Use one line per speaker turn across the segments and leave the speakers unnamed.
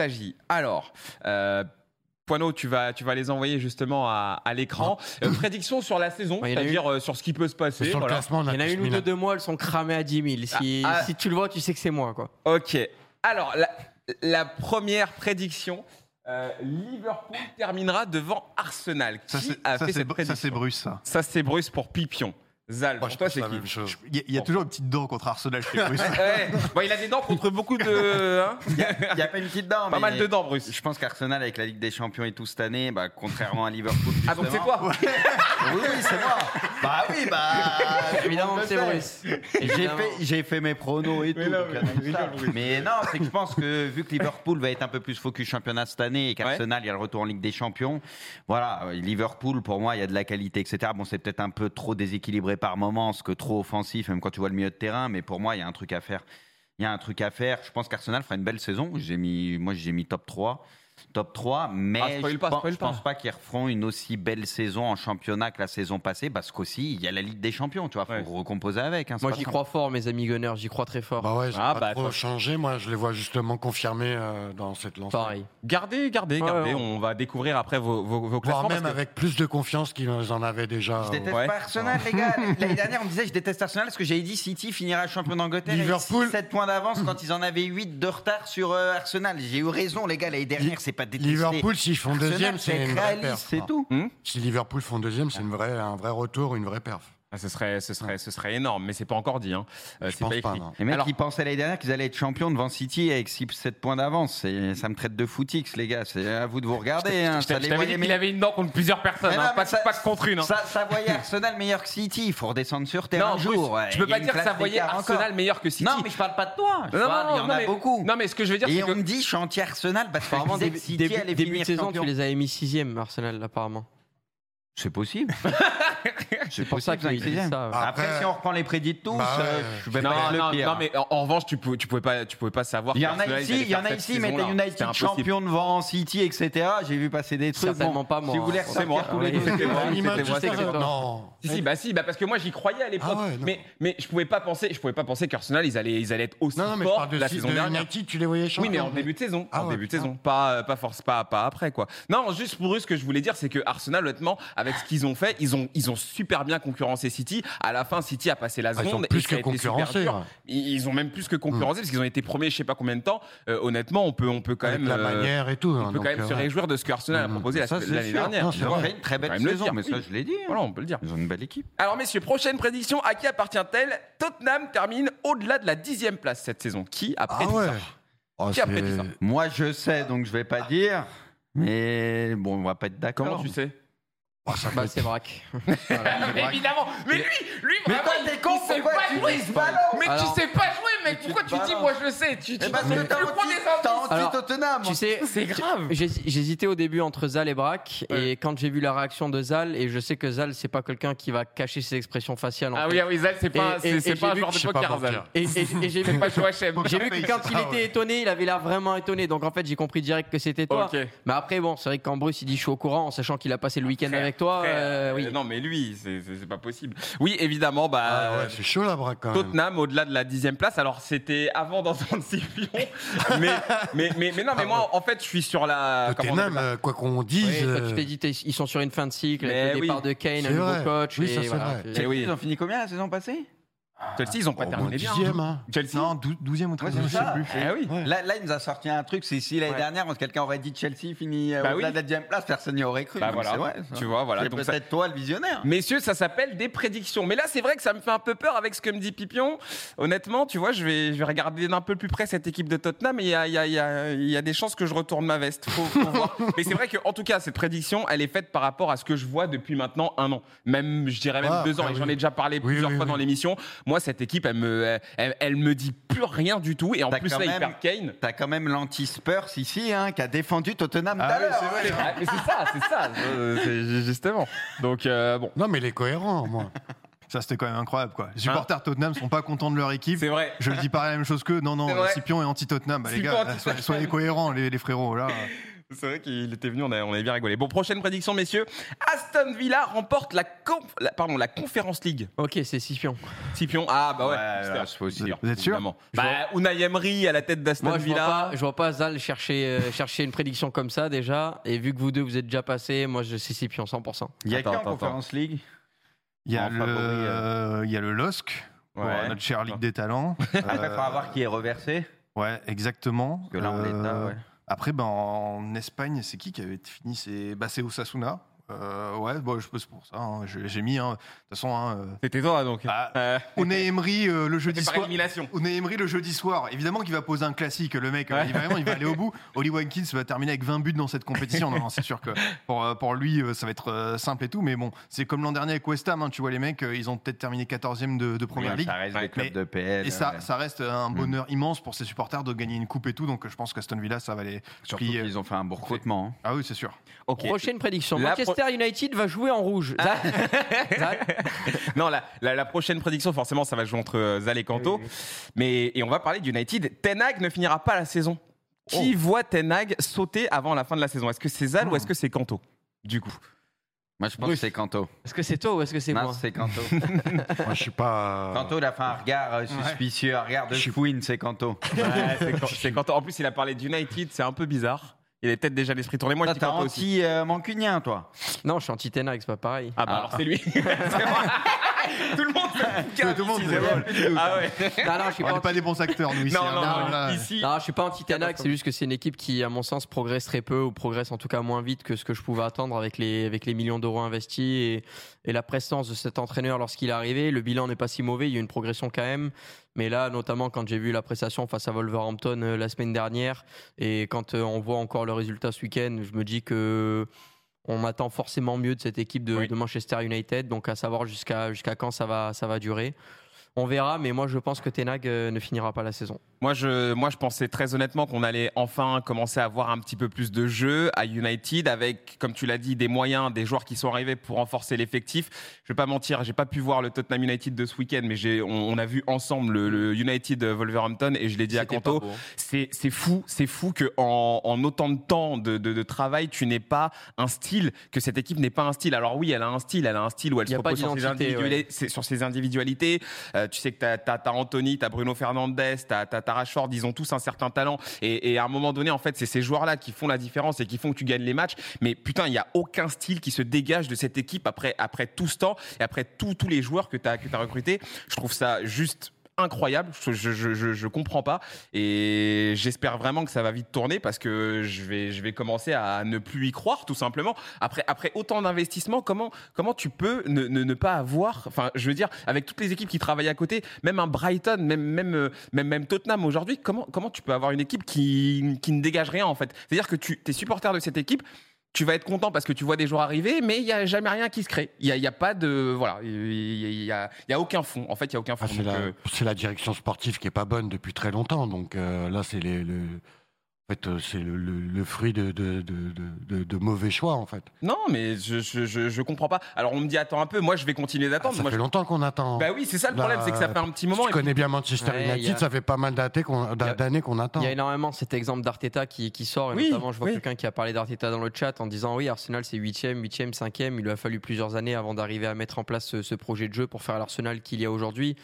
s'agit. Alors, euh, Poineau, tu vas, tu vas les envoyer justement à, à l'écran. Euh, prédiction sur la saison,
Ouais, il y en a
c'est-à-dire euh, sur ce qui peut se passer.
Sur le
voilà.
classement, on
Il y en a
tous
une ou
mis
deux
là.
de moi, elles sont cramées à 10 000. Si,
Ah, ah.
si tu le vois, tu sais que c'est moi, quoi.
Ok. Alors, la, la première prédiction. euh, Liverpool terminera devant Arsenal. Qui
Ça, c'est-
a
ça,
fait
c'est
cette
Bru- ça, c'est
prédiction
Bruce, ça.
Ça, c'est Bruce pour Pipion. Zal,
Moi,
pour
je
toi,
pense
c'est
la
qui
même chose. Il y a- il y a toujours une petite dent contre Arsenal chez Bruce.
Ouais, bon, il a des dents contre beaucoup de. hein.
Il y a pas une petite dent,
pas
mais
mal de dents, Bruce.
Je pense qu'Arsenal avec la Ligue des Champions et tout cette année, bah, contrairement à Liverpool.
Ah, donc c'est
justement.
toi
Oui, oui, c'est moi. Bah oui, bah.
Évidemment,
tout le
c'est
monde le
Bruce.
sait. J'ai fait, j'ai fait mes pronos et tout.
non,
donc
mais-
il y a même ça. Mais non, c'est que je pense que vu que Liverpool va être un peu plus focus championnat cette année et qu'Arsenal, il y a le retour en Ligue des Champions. Voilà, euh, Liverpool, pour moi, il y a de la qualité, etc. Bon, c'est peut-être un peu trop déséquilibré par moments, ce que trop offensif, même quand tu vois le milieu de terrain. Mais pour moi, il y a un truc à faire. Il y a un truc à faire. Je pense qu'Arsenal fera une belle saison. J'ai mis, moi, j'ai mis top 3. Top 3, mais
Ah, spoil
je,
pas,
pense,
spoil
je
pas.
pense pas qu'ils referont une aussi belle saison en championnat que la saison passée, parce qu'aussi, il y a la Ligue des Champions, tu vois, faut
Ouais.
recomposer avec. hein, c'est
Moi,
pas
j'y
simple.
crois fort, mes amis Gunners, j'y crois très fort.
Bah ouais, j'ai
Ah,
pas
bah,
trop
toi-
changé. Moi, je les vois justement confirmés euh, dans cette lancée.
Pareil.
Gardez, gardez,
Ouais,
gardez.
ouais.
On va découvrir après vos, vos, vos classements.
Voire même
parce que-
avec plus de confiance qu'ils en avaient déjà. euh,
Je
au-
déteste
Ouais.
pas Arsenal, les gars. L'année dernière, on me disait je déteste Arsenal parce que j'avais dit City finira champion d'Angleterre.
Liverpool.
7 points d'avance quand ils en avaient 8 de retard sur euh, Arsenal. J'ai eu raison, les gars, l'année dernière, c'est pas détesté.
Liverpool, s'ils font
Arsenal,
deuxième, c'est
être
une vraie hein.
réaliste,
perf.
c'est tout.
Si Liverpool font deuxième, c'est une vraie, un vrai retour, une vraie perf.
Ah, ce, serait, ce, serait, ce serait énorme, mais c'est pas encore dit. Hein. Euh,
Je
c'est
pense
pas
pas,
écrit.
non.
Les mecs,
Alors-
ils pensaient l'année dernière qu'ils allaient être champions devant City avec 6-7 points d'avance. C'est- Ça me traite de footix, les gars. C'est à vous de vous regarder. hein.
Je t'a-
Ça
je
les
t'avais
voit
dit
les
qu'il
meilleurs.
avait une dent contre plusieurs personnes,
Mais
hein,
non,
pas,
mais ça-
pas que contre une. hein.
Ça, ça voyait Arsenal meilleur que City. Il faut redescendre sur terre
non,
un
Bruce,
jour. ouais.
tu peux
Il y a
pas
une
dire que
classe
ça voyait
d'écart encore.
Arsenal meilleur que City.
Non, mais je parle pas de toi. Je
Non, non,
parle, il y
non,
en a
mais-
beaucoup.
Non, mais ce que je veux dire, c'est
Et on
que.
me dit, je suis anti-Arsenal parce que je
Apparemment,
disais
début,
que City
début-
allait
début de
finir
saison,
champion.
tu les avais mis sixième, Arsenal, là, apparemment.
C'est possible. C'est
C'est pour ça
possible, Ah,
qu'ils
c'est
disent ça. ouais.
Après,
Après,
si on reprend les prédits de tous,
Bah ouais.
euh, je vais
Non,
pas être
non,
le pire.
non, mais en, en revanche, tu pouvais, tu pouvais pas, tu pouvais pas savoir.
Il y en a
qu'Arsenal, ils
ici,
allaient
il y en a
faire
ici,
cette
mais t'as
saison-là. C'était
United
impossible.
champion devant City, etc. J'ai vu passer des trucs.
Certainement pas moi,
Si vous voulez
hein.
C'est
ressortir
moi.
tous les
Ouais.
deux.
C'était moi, c'était moi,
Manchester,
c'était moi.
exactement.
non.
Si, si, bah si, bah parce que moi j'y croyais à l'époque,
Ah ouais, non.
mais, mais je pouvais pas penser, je pouvais pas penser qu'Arsenal ils allaient, ils allaient être aussi
Non, non, mais je
forts
parle de,
la
si-
saison
de
dernière.
United, tu les voyais
Oui, mais en
champions.
début de saison,
Ah
en
ouais,
début de
putain.
saison, pas, euh, pas force, pas, pas après quoi. Non, juste pour eux, ce que je voulais dire, c'est que Arsenal, honnêtement, avec ce qu'ils ont fait, ils ont, ils ont super bien concurrencé City. À la fin, City a passé la
Ah, ils ont
seconde. et
plus
ça
que
a été super
concurrencé, hein.
dur.
ouais.
Ils ils ont même plus que concurrencé parce qu'ils ont été premiers, je sais pas combien de temps. Euh, honnêtement, on peut, on peut quand
Avec
même,
la
euh,
manière et tout. hein, euh,
on peut quand même se réjouir de ce que Arsenal a
Mm,
proposé la-
Ça, c'est
l'année
sûr.
dernière.
Non,
Ils ont fait une très
Quand
belle
même le
saison,
dire,
mais ça,
oui.
je l'ai dit. hein.
Voilà, on peut le dire.
Ils ont une belle équipe.
Alors messieurs, prochaine prédiction, à qui appartient-elle Tottenham termine au-delà de la dixième place cette saison. Qui a
Ah
prédit
ouais.
ça
Oh,
Qui a prédit
c'est-
ça
Moi, je sais, donc je vais pas dire. Mais bon, on va pas être d'accord.
Comment tu sais
Oh, ça peut
Bah,
être-
c'est braque.
Ah, Évidemment Mais lui, lui
Mais
vraiment,
toi, t'es con,
il sait
pourquoi
pas
tu
jouer
dis ce ballon
Mais
Alors-
tu sais pas jouer, mec Pourquoi
tu
tu
te
dis
balances.
moi je sais Tu, tu,
Mais Eh ben, parce
tu-
que
tu
t'as
prends
anti-
des
t'as
indices
anti-Tottenham.
Tu sais,
ben, C'est grave
j'hési- J'hésitais au début entre Zal et Braque, et quand j'ai vu la réaction de Zal, et je sais que Zal, c'est pas quelqu'un qui va cacher ses expressions faciales. en
Ah
fait.
oui, ah oui, Zal, c'est pas,
Et-
c'est-
et-
c'est
et
pas
j'ai
un
vu
joueur
que
de
je sais pas
poker,
mentir.
Zal.
Et, et- et j'ai vu,
Pas jouer HM.
j'ai vu que quand il
Ah
était
ouais.
étonné, il avait l'air vraiment étonné. Donc en fait, j'ai compris direct que c'était toi.
Ok.
Mais après, bon, c'est vrai que quand Bruce il dit je suis au courant, en sachant qu'il a passé le week-end
Frère,
avec toi,
frère,
euh, oui.
euh, Non, mais lui, c'est- c'est c'est pas possible. Oui, évidemment, bah.
Ah
euh,
ouais, c'est chaud la braque quand même.
Tottenham au-delà de la dixième place. Alors c'était avant d'entendre Sylvion, mais, mais mais mais non mais moi en fait je suis sur la Ah, comment on appelle
Tottenham,
ça
euh, quoi qu'on dise.
Oui, toi,
euh,
tu t'es dit, t'es- ils sont sur une fin de cycle,
Mais
avec le
oui.
départ de Kane,
C'est
un nouveau
vrai.
coach.
Oui,
et
ça, c'est
voilà,
vrai.
tu-
Eh oui.
Ils ont fini combien la saison passée
Chelsea ils ont pas
au moins
terminé bien.
dixième, hein.
Chelsea
Non, dou- 12e ou
Ouais,
13e,
c'est
je sais
ça.
plus.
Eh oui.
Là, là, il nous a sorti un truc. C'est si l'année
Ouais.
dernière, quand quelqu'un aurait dit Chelsea finit euh,
Bah
au-delà
oui.
de la deuxième place, personne n'y aurait cru.
Bah
Donc
voilà.
c'est vrai, ça.
tu vois voilà
C'est
donc
peut-être
ça-
toi le visionnaire.
Messieurs, ça s'appelle des prédictions. Mais là, c'est vrai que ça me fait un peu peur avec ce que me dit Pipion. Honnêtement, tu vois, je vais, je vais regarder d'un peu plus près cette équipe de Tottenham et il y a, il y a- il y a- il y a des chances que je retourne ma veste. Faut- faut voir. Mais c'est vrai que, en tout cas, cette prédiction, elle est faite par rapport à ce que je vois depuis maintenant un an. Même, je dirais même
Ouais,
deux ans.
après,
Et j'en
oui.
ai déjà parlé
Oui,
plusieurs
oui,
fois
oui.
dans l'émission. Moi, cette équipe, elle me, elle, elle me dit plus rien du tout. Et en
T'as
plus,
quand
là, ils
même-
perdent Kane.
T'as quand même l'anti-Spurs ici, hein, qui a défendu Tottenham tout à l'heure.
C'est vrai, Ah, mais c'est ça, c'est ça. Euh, c'est- Justement. Donc, euh, bon.
Non, mais il est cohérent, au moins.
Ça, c'était quand même incroyable, quoi. Les supporters Tottenham sont pas contents de leur équipe.
C'est vrai.
Je le dis pas la même chose que non, non,
C'est vrai.
Scipion est anti-Tottenham. Bah, les
Scipion
gars,
anti-Tottenham.
soyez, soyez cohérents, les, les frérots. Là.
C'est vrai qu'il était venu, on, a- on avait bien rigolé. Bon, prochaine prédiction, messieurs. Aston Villa remporte la, conf- la- pardon, la Conference League.
Ok, c'est Scipion.
Scipion, ah bah ouais.
Ouais,
c'était-
ouais, c'est aussi dur.
Vous êtes sûr
évidemment. bah, Unai Emery à la tête d'Aston
Moi, je vois,
Villa.
pas, je vois pas Zal chercher, euh, chercher une prédiction comme ça déjà. Et vu que vous deux vous êtes déjà passés, moi je sais Scipion 100%.
Il y a qui
Attends,
en
attends,
Conférence League
Il y a
Enfin, Bobry,
le, il y a le LOSC, pour
Ouais.
notre chère Ligue des Talents.
Après, il faudra
Euh,
voir qui est reversé.
Ouais, exactement. Euh,
que là, en l'état, ouais.
Après, ben, en Espagne, c'est qui qui avait fini C'est bah, c'est Osasuna. Euh, ouais, bon, je pense pour ça. hein. Je- J'ai mis. hein. De toute façon, hein, euh,
C'était toi donc.
ah,
Euh,
on est Emery euh, le jeudi
c'est par
soir.
élimination.
On est Emery le jeudi soir. Évidemment qu'il va poser un classique, le mec. euh,
Ouais.
il, va, vraiment, il va aller au bout. Oli Watkins va terminer avec 20 buts dans cette compétition. Non, non, c'est sûr que pour, euh, pour lui, euh, ça va être euh, simple et tout. Mais bon, c'est comme l'an dernier avec West Ham. hein. tu vois, les mecs, euh, ils ont peut-être terminé 14e de, de première
Ouais,
ligue.
Ça reste
Ouais.
des clubs
Mais-
de euh, PL.
Et ça,
ouais.
ça reste un
Mm.
bonheur immense pour ses supporters de gagner une coupe et tout. Donc, euh, je pense qu'Aston Villa, ça va les.
Surtout
plier.
qu'ils ont fait un beau recrutement. hein.
Ah oui, c'est sûr.
Ok.
Prochaine prédiction.
La Ah.
Manchester United va jouer en rouge. Zal, Zal,
Non, la, la- la prochaine prédiction, forcément, ça va jouer entre euh, Zal et Kanto. Mais, et on va parler d'United. Ten Hag ne finira pas la saison. Qui voit Ten Hag sauter avant la fin de la saison Est-ce que c'est Zal ou est-ce que c'est Kanto Du coup.
Moi, je pense que c'est Kanto.
est-ce que c'est toi ou est-ce que c'est
Non,
moi
c'est Kanto.
Moi, je suis pas.
Kanto, il a fait un regard euh, suspicieux, un regard de chouine, c'est Kanto.
Ouais, c'est Kan- c'est Kanto. En plus, il a parlé d'United, c'est un peu bizarre. Il est peut-être déjà l'esprit tourné. Moi, je
Toi,
dis
T'es
Kanto aussi.
anti-mancunien, toi.
Non, je suis anti Tenax, c'est pas pareil.
Ah bah
Ah.
alors c'est lui. C'est moi. Tout le monde se fout
Tout le monde
ici,
se
c'est
vole.
vrai. Ah ouais.
Non, non, je suis
On
pas
n'est pas des bons acteurs, nous, ici.
Non,
hein.
non,
Non,
non,
là,
Ici.
Non, je suis pas anti Tanak, c'est juste que c'est une équipe qui, à mon sens, progresse très peu ou progresse en tout cas moins vite que ce que je pouvais attendre avec les, avec les millions d'euros investis et, et la prestance de cet entraîneur lorsqu'il est arrivé. Le bilan n'est pas si mauvais, il y a eu une progression quand même. Mais là, notamment quand j'ai vu la prestation face à Wolverhampton euh, la semaine dernière et quand euh, on voit encore le résultat ce week-end, je me dis que on attend forcément mieux de cette équipe de,
Oui.
de Manchester United. Donc à savoir jusqu'à jusqu'à quand ça va, ça va durer. On verra, mais moi je pense que Tenag euh, ne finira pas la saison.
Moi je, moi, je pensais très honnêtement qu'on allait enfin commencer à voir un petit peu plus de jeu à United avec, comme tu l'as dit, des moyens, des joueurs qui sont arrivés pour renforcer l'effectif. Je vais pas mentir, j'ai pas pu voir le Tottenham United de ce week-end, mais j'ai, on, on a vu ensemble le, le United Wolverhampton et je l'ai dit à
C'était
Kanto.
pas beau, hein.
C'est c'est fou, c'est fou que en, en autant de temps de, de- de travail, tu n'aies pas un style, que cette équipe n'ait pas un style. Alors oui, elle a un style, elle a un style où elle
Y
se
a pas
repose sur ses,
d'identité,
individuali- c'est- sur ses individualités. Euh, tu sais que t'as as, Anthony, t'as Bruno Fernandez, t'as t'as- t'as Rashford, ils ont tous un certain talent. Et, et à un moment donné, en fait, c'est ces joueurs-là qui font la différence et qui font que tu gagnes les matchs. Mais putain, il y a aucun style qui se dégage de cette équipe après, après tout ce temps et après tous tous les joueurs que t'as que t'as recrutés. Je trouve ça juste incroyable. Je, je, je, je- je comprends pas. Et j'espère vraiment que ça va vite tourner parce que je vais, je vais commencer à ne plus y croire, tout simplement. Après, après autant d'investissements, comment, comment tu peux ne, ne, ne pas avoir, enfin, je veux dire, avec toutes les équipes qui travaillent à côté, même un Brighton, même, même, euh, même, même Tottenham aujourd'hui, comment, comment tu peux avoir une équipe qui, qui ne dégage rien, en fait? C'est-à-dire que tu, t'es supporter de cette équipe, tu vas être content parce que tu vois des joueurs arriver, mais il n'y a jamais rien qui se crée. Il n'y a, il y a pas de. Voilà, il n'y a, il y a aucun fond. En fait, il n'y a aucun fond.
Ah, c'est,
Donc,
la,
euh,
c'est la direction sportive qui est pas bonne depuis très longtemps. Donc euh, là, c'est les, le, en fait, euh, c'est le, le- le fruit de, de, de- de- de- de mauvais choix en fait.
Non, mais je, je, je, je comprends pas. Alors on me dit attends un peu, moi je vais continuer
Ah,
d'attendre.
ça
Moi,
fait
je-
longtemps qu'on attend.
Bah oui, c'est ça le
Là,
problème, c'est que ça fait un petit
Si
moment.
tu
et
connais bien Manchester
Ouais,
United,
y a-
ça fait pas mal d'années qu'on,
y a-
d'années qu'on attend.
Il y a énormément cet exemple d'Arteta qui, qui sort, et
Oui,
notamment je vois
oui.
quelqu'un qui a parlé d'Arteta dans le chat en disant oui, Arsenal c'est 8ème, 8ème, 5ème, il lui a fallu plusieurs années avant d'arriver à mettre en place ce, ce projet de jeu pour faire l'Arsenal qu'il y a aujourd'hui.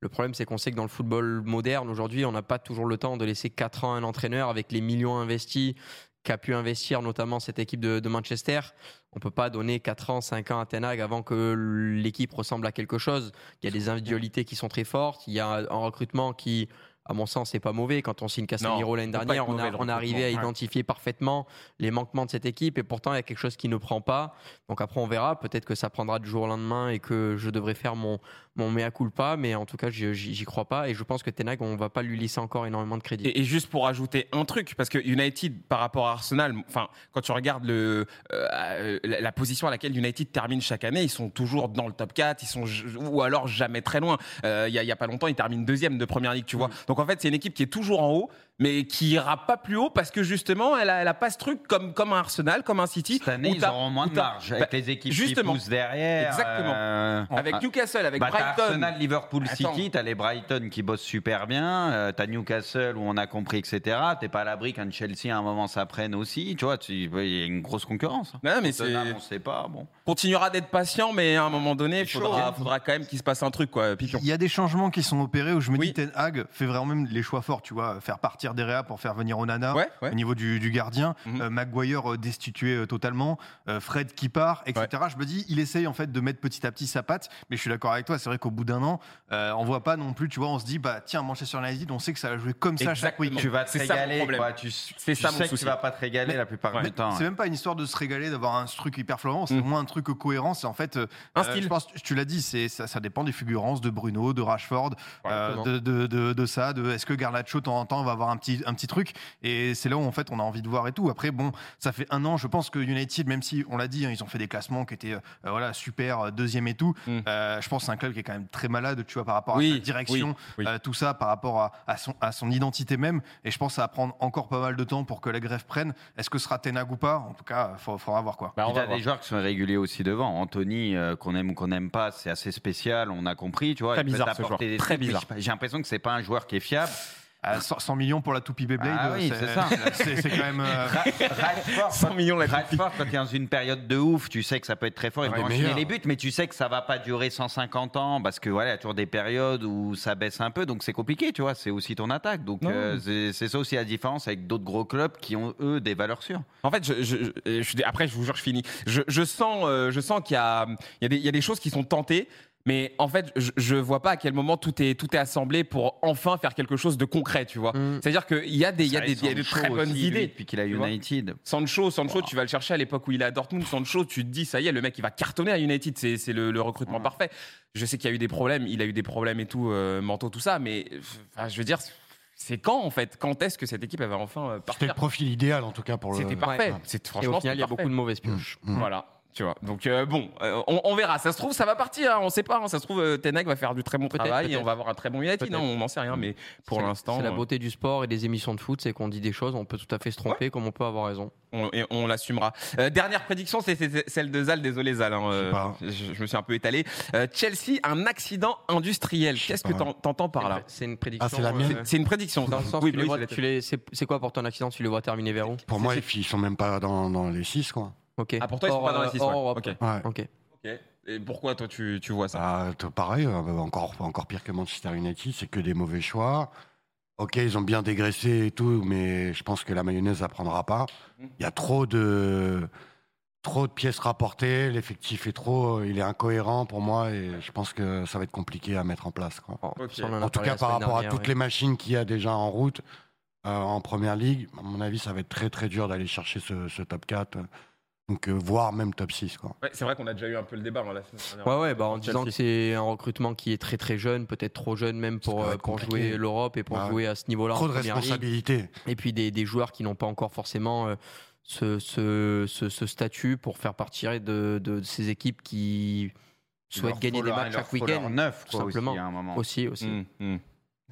Le problème c'est qu'on sait que dans le football moderne aujourd'hui, on n'a pas toujours le temps de laisser 4 ans à un entraîneur avec les millions investis qu'a pu investir notamment cette équipe de, de Manchester. On peut pas donner 4 ans, 5 ans à Ten Hag avant que l'équipe ressemble à quelque chose. Il y a des individualités qui sont très fortes, il y a un recrutement qui, à mon sens, n'est pas mauvais. Quand on signe Casemiro l'année
faut pas être
dernière, on,
mauvais,
a,
le
on est arrivé à
recrutement, ouais.
identifier parfaitement les manquements de cette équipe et pourtant il y a quelque chose qui ne prend pas. Donc après, on verra. Peut-être que ça prendra du jour au lendemain et que je devrais faire mon, mon mea culpa, mais en tout cas, j'y- j'y j'y crois pas et je pense que Ten Hag, on va pas lui laisser encore énormément de crédit.
Et, et juste pour ajouter un truc, parce que United par rapport à Arsenal, enfin quand tu regardes le, euh, euh, la, la position à laquelle United termine chaque année, ils sont toujours dans le top 4, ils sont j- ou
Mm.
alors jamais très loin. Euh, Il y, a- il y a pas longtemps, ils terminent deuxième de première ligue, tu vois. Donc en fait, c'est une équipe qui est toujours en haut, mais qui ira pas plus haut parce que justement, elle a, elle a pas ce truc comme, comme un Arsenal, comme un City.
Cette année,
où
ils
t'as-
auront moins
où
de
t'as-
marge.
bah,
Avec les équipes
justement.
qui poussent derrière.
Exactement.
euh,
avec
ah,
Newcastle, avec
bah, t'as
Brighton.
Arsenal, Liverpool,
Attends.
City, t'as les Brighton qui bossent super bien, euh, t'as Newcastle où on a compris, etc. T'es pas à l'abri qu'un Chelsea à un moment ça prenne aussi, tu vois, tu- il y a une grosse concurrence. hein.
Non, mais c'est
Tottenham, on sait pas, bon.
continuera d'être patient, mais à un moment donné, il faudra, faudra quand même qu'il se passe un truc, quoi. Pipion.
Il y a des changements qui sont opérés où je me
Oui.
dis Ten Hag fait vraiment même les choix forts, tu vois, faire partir Derea pour faire venir Onana
Ouais, ouais.
au niveau du, du gardien,
Mhm.
euh, Maguire euh, destitué euh, totalement, euh, Fred qui part, etc. Je me dis, il essaye en fait de mettre petit à petit sa patte, mais je suis d'accord avec toi, c'est vrai qu'au bout d'un an, euh, on voit pas non plus, tu vois, on se dit, bah tiens, Manchester United, on sait que ça va jouer comme ça chaque
Exactement.
week.
Tu vas te
C'est ça mon
régaler,
problème.
quoi, tu,
C'est
tu
ça mon
sais que
souci.
tu vas pas te régaler la plupart
Ouais.
du temps. hein.
C'est même pas une histoire de se régaler, d'avoir un truc hyper florent, c'est
Mhm.
au moins un truc cohérent, c'est en fait euh,
Un
Euh,
style.
je pense, tu l'as dit, c'est ça, ça dépend des fulgurances de Bruno, de Rashford, euh,
exactement.
de, de- de- de ça, de est-ce que Garnacho de temps en temps va avoir un petit un petit truc et c'est là où en fait on a envie de voir et tout. Après bon, ça fait un an, je pense que United, même si on l'a dit, hein, ils ont fait des classements qui étaient euh, voilà super euh, deuxième et tout.
Mm.
euh, je pense que c'est un club qui est quand même très malade, tu vois, par rapport
Oui,
à sa direction,
oui, oui.
euh, tout ça, par rapport à, à son à son identité même. Et je pense que ça va prendre encore pas mal de temps pour que la grève prenne. Est-ce que ce sera Tenag ou pas En tout cas, il faudra voir
bah,
quoi.
Il y a des joueurs qui sont réguliers aussi devant. Anthony, euh, qu'on aime ou qu'on n'aime pas, c'est assez spécial, on a compris. Tu vois,
Très
il peut
bizarre, ce
t'apporter
joueur.
des
Très
trucs, mais
bizarre.
j'ai- J'ai l'impression que c'est pas un joueur qui est fiable.
Ah, 100 100 millions pour la toupie Beyblade,
Ah oui, c'est ça.
c'est c'est quand même. euh,
Ra- Rashford,
100 millions la
Rashford, quand t'es dans une période de ouf, tu sais que ça peut être très fort, il
Ouais,
peut
les
enchaîner
meilleurs.
les buts, mais tu sais que ça va pas durer 150 ans parce que voilà, il y a toujours des périodes où ça baisse un peu, donc c'est compliqué, tu vois. C'est aussi ton attaque, donc
Non.
euh, c'est- c'est ça aussi la différence avec d'autres gros clubs qui ont eux des valeurs sûres.
En fait, je, je- je- je suis dé- après, je vous jure, je finis. Je, je sens, euh, je sens qu'il y a, il y, a des- il y a des choses qui sont tentées, mais en fait, je, je vois pas à quel moment tout est, tout est assemblé pour enfin faire quelque chose de concret, tu vois.
Mm.
C'est-à-dire qu'il y a des, il y a
Ça,
des,
ils
il y a de
sont
très
chauds
bonnes
aussi, lui,
idées.
depuis qu'il a
tu vois.
United.
Sancho, Sancho, tu vas le chercher à l'époque où il est à Dortmund. Sancho, tu te dis, ça y est, le mec, il va cartonner à United. C'est c'est le, le recrutement parfait. Je sais qu'il y a eu des problèmes, il a eu des problèmes et tout, euh, mentaux, tout ça, mais euh, enfin, je veux dire, c'est quand, en fait Quand est-ce que cette équipe, elle va enfin euh,
C'était
partir
le profil idéal, en tout cas, pour le.
C'était parfait.
Ouais.
C'est
Et
franchement,
au final, il y a
c'était
beaucoup de mauvaises pioches.
Mm.
voilà, tu vois. Donc euh, bon, euh, on, on verra. Ça se trouve, ça va partir. hein, on sait pas. hein. Ça se trouve, euh, Tenag va faire du très bon
Peut-être,
travail et
peut-être.
on va avoir un très bon United.
Peut-être.
hein, on n'en sait rien, mais pour
C'est la-
l'instant,
C'est la
euh,
beauté du sport et des émissions de foot, c'est qu'on dit des choses, on peut tout à fait se tromper comme on peut avoir raison.
on, et on l'assumera. Euh, dernière prédiction, c'est c'est celle de Zal. Désolé Zal, hein, euh,
sais pas.
je, je me suis un peu étalé. Euh, Chelsea, un accident industriel. Qu'est-ce que
pas.
t'en- t'entends par là
C'est une prédiction.
Ah, c'est la
euh,
mienne
C'est une prédiction.
Dans le
ça.
sens,
Oui,
tu
bah
les
oui,
vois-
c'est-
tu les- c'est c'est quoi pour ton accident Tu les vois terminer vers où
Pour moi, les filles, ils sont même pas dans, dans les six, quoi.
Ok.
Ah, pour toi, ils sont
Hors,
pas dans les
euh,
six,
hors
ouais.
Europe.
Ok.
Ouais.
Ok.
Ok. Et pourquoi toi tu, tu vois ça
Bah, t- pareil, euh, bah, encore, encore pire que Manchester United, c'est que des mauvais choix. Ok, ils ont bien dégraissé et tout, mais je pense que la mayonnaise n'apprendra pas.
Mhm.
Il y a trop de, trop de pièces rapportées, l'effectif est trop, euh, il est incohérent pour moi et je pense que ça va être compliqué à mettre en place. quoi.
Oh,
Ok.
ça, on en a
En tout
parlé
cas,
la
par
semaine
rapport à
dernière,
toutes
ouais.
les machines qu'il y a déjà en route euh, en première ligue, à mon avis, ça va être très très dur d'aller chercher ce, ce top 4, euh, donc euh, voire même top 6. Quoi.
Ouais, C'est vrai qu'on a déjà eu un peu le débat hein, la semaine dernière.
Ouais, ouais, bah, en
Chelsea.
disant que c'est un recrutement qui est très très jeune, peut-être trop jeune même
Ça
pour,
va
euh,
être
pour
compliqué.
jouer l'Europe et pour
Ouais.
jouer à ce niveau-là en
Trop de
première ligue.
responsabilités.
Et puis des, des joueurs qui n'ont pas encore forcément euh, ce, ce, ce- ce statut pour faire partir de, de, de ces équipes qui souhaitent gagner des matchs chaque week-end.
neuf,
tout simplement.
à un moment.
Aussi, aussi.
Mm, mm.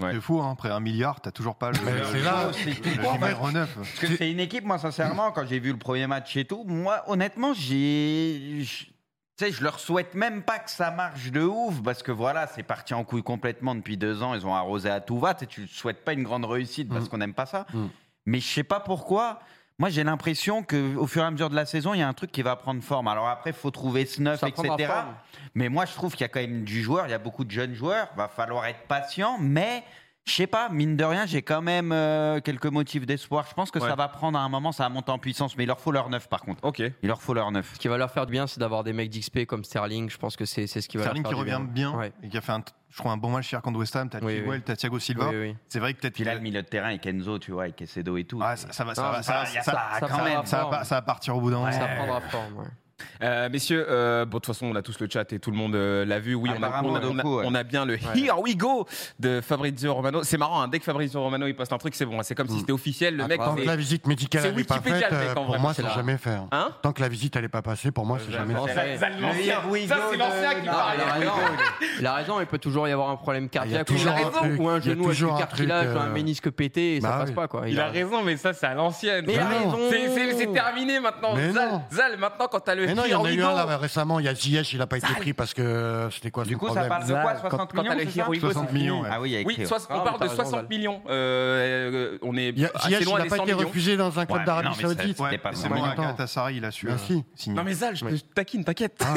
Ouais.
C'est fou, hein, après un milliard, t'as toujours pas le,
Mais
le-
c'est
le-
là,
le-
c'est tout
le
bon, en fait.
numéro 9.
Parce que c'est une équipe, moi, sincèrement, quand j'ai vu le premier match et tout, moi, honnêtement, j'ai. je- Tu sais, je leur souhaite même pas que ça marche de ouf, parce que voilà, c'est parti en couille complètement depuis deux ans, ils ont arrosé à tout va. Tu sais, tu souhaites pas une grande réussite
Mm.
parce qu'on n'aime pas ça.
Mhm.
Mais je sais pas pourquoi. Moi, j'ai l'impression qu'au fur et à mesure de la saison, il y a un truc qui va prendre forme. Alors après, il faut trouver ce neuf,
Ça prendra
etc.
forme.
Mais moi, je trouve qu'il y a quand même du joueur, il y a beaucoup de jeunes joueurs, va falloir être patient, mais je sais pas, mine de rien, j'ai quand même euh, quelques motifs d'espoir. Je pense que
Ouais.
ça va prendre à un moment, ça va monter en puissance, mais il leur faut leur neuf par contre.
Ok.
Il leur faut leur neuf.
Ce qui va leur faire du bien, c'est d'avoir des mecs d'XP comme Sterling. Je pense que c'est c'est ce qui va
Sterling
leur
qui
faire
revient
du bien.
bien
Ouais.
et qui a fait, un, je crois, un bon match hier contre West Ham. T'as
Oui,
Chilwell,
oui.
t'as Thiago Silva.
Oui, oui.
C'est vrai que peut-être.
Puis là, le milieu de terrain avec Enzo, tu vois, avec Sedo et tout.
Ah, ça, ça va, ça
Non,
va,
mais
ça,
ça, y a
ça-
pas-
ça-
quand même,
ça va, pas- ça va partir au bout d'un moment.
Ça prendra forme. ouais.
Euh, messieurs, euh, bon, de toute façon, on a tous le chat et tout le monde euh, l'a vu. Oui, on a,
Apparemment,
on a-
de
on a-
coup, ouais.
on a bien le Here We Go de Fabrizio Romano. C'est marrant, hein, dès que Fabrizio Romano il poste un truc, c'est bon. hein, C'est comme si c'était officiel. Le mec,
Tant que
c'est-
la visite médicale
c'est
n'est pas
Wikipédia, le
faite,
mec, en
euh,
vrai,
pour moi,
c'est
c'est
là.
jamais fait. hein.
Hein
Tant que la visite n'est pas passée, pour moi, c'est jamais
Oh,
fait.
ça- ça, l'ancien.
Le Here We
Ça,
Go
c'est
de-
l'ancien qui
Non,
parle.
il a raison. Il a raison, il peut toujours y avoir un problème cardiaque ou,
toujours
un-
un truc,
ou un
il
genou
y a
avec du
toujours un
cartilage,
truc,
ou un
euh,
ménisque pété et
bah
ça passe
oui.
pas quoi.
Il a raison, mais ça, c'est à l'ancienne.
Mais il a
Mais non.
raison.
C'est- C'est c'est terminé maintenant.
Mais
Zal,
non.
Zal, maintenant, quand t'as le
Mais non, il y
Here
en a
We
eu
Go.
un là récemment, il y a Ziyech, il n'a pas été pris parce que euh, c'était quoi
Du
son
coup, ça
problème
parle de quoi 60
quand t'as
millions
le
c'est
Here
ça
We Go,
60
c'est-
millions, ouais.
Ah oui, il y a
Oui,
écrit.
sois-
Ah,
on parle
t'as
de
raison,
60
Val.
millions. Euh, euh, on est
Il y a-
assez
Ziyech, il
loin
n'a
des
pas
100
été
millions.
refusé dans un club
Ouais,
d'Arabie
mais non, mais ça-
Saoudite.
C'était pas
c'est
vraiment
moi,
longtemps.
Tassari, il a su. euh,
Merci.
signer.
Non, mais Zal, je te taquine, t'inquiète.
Ah,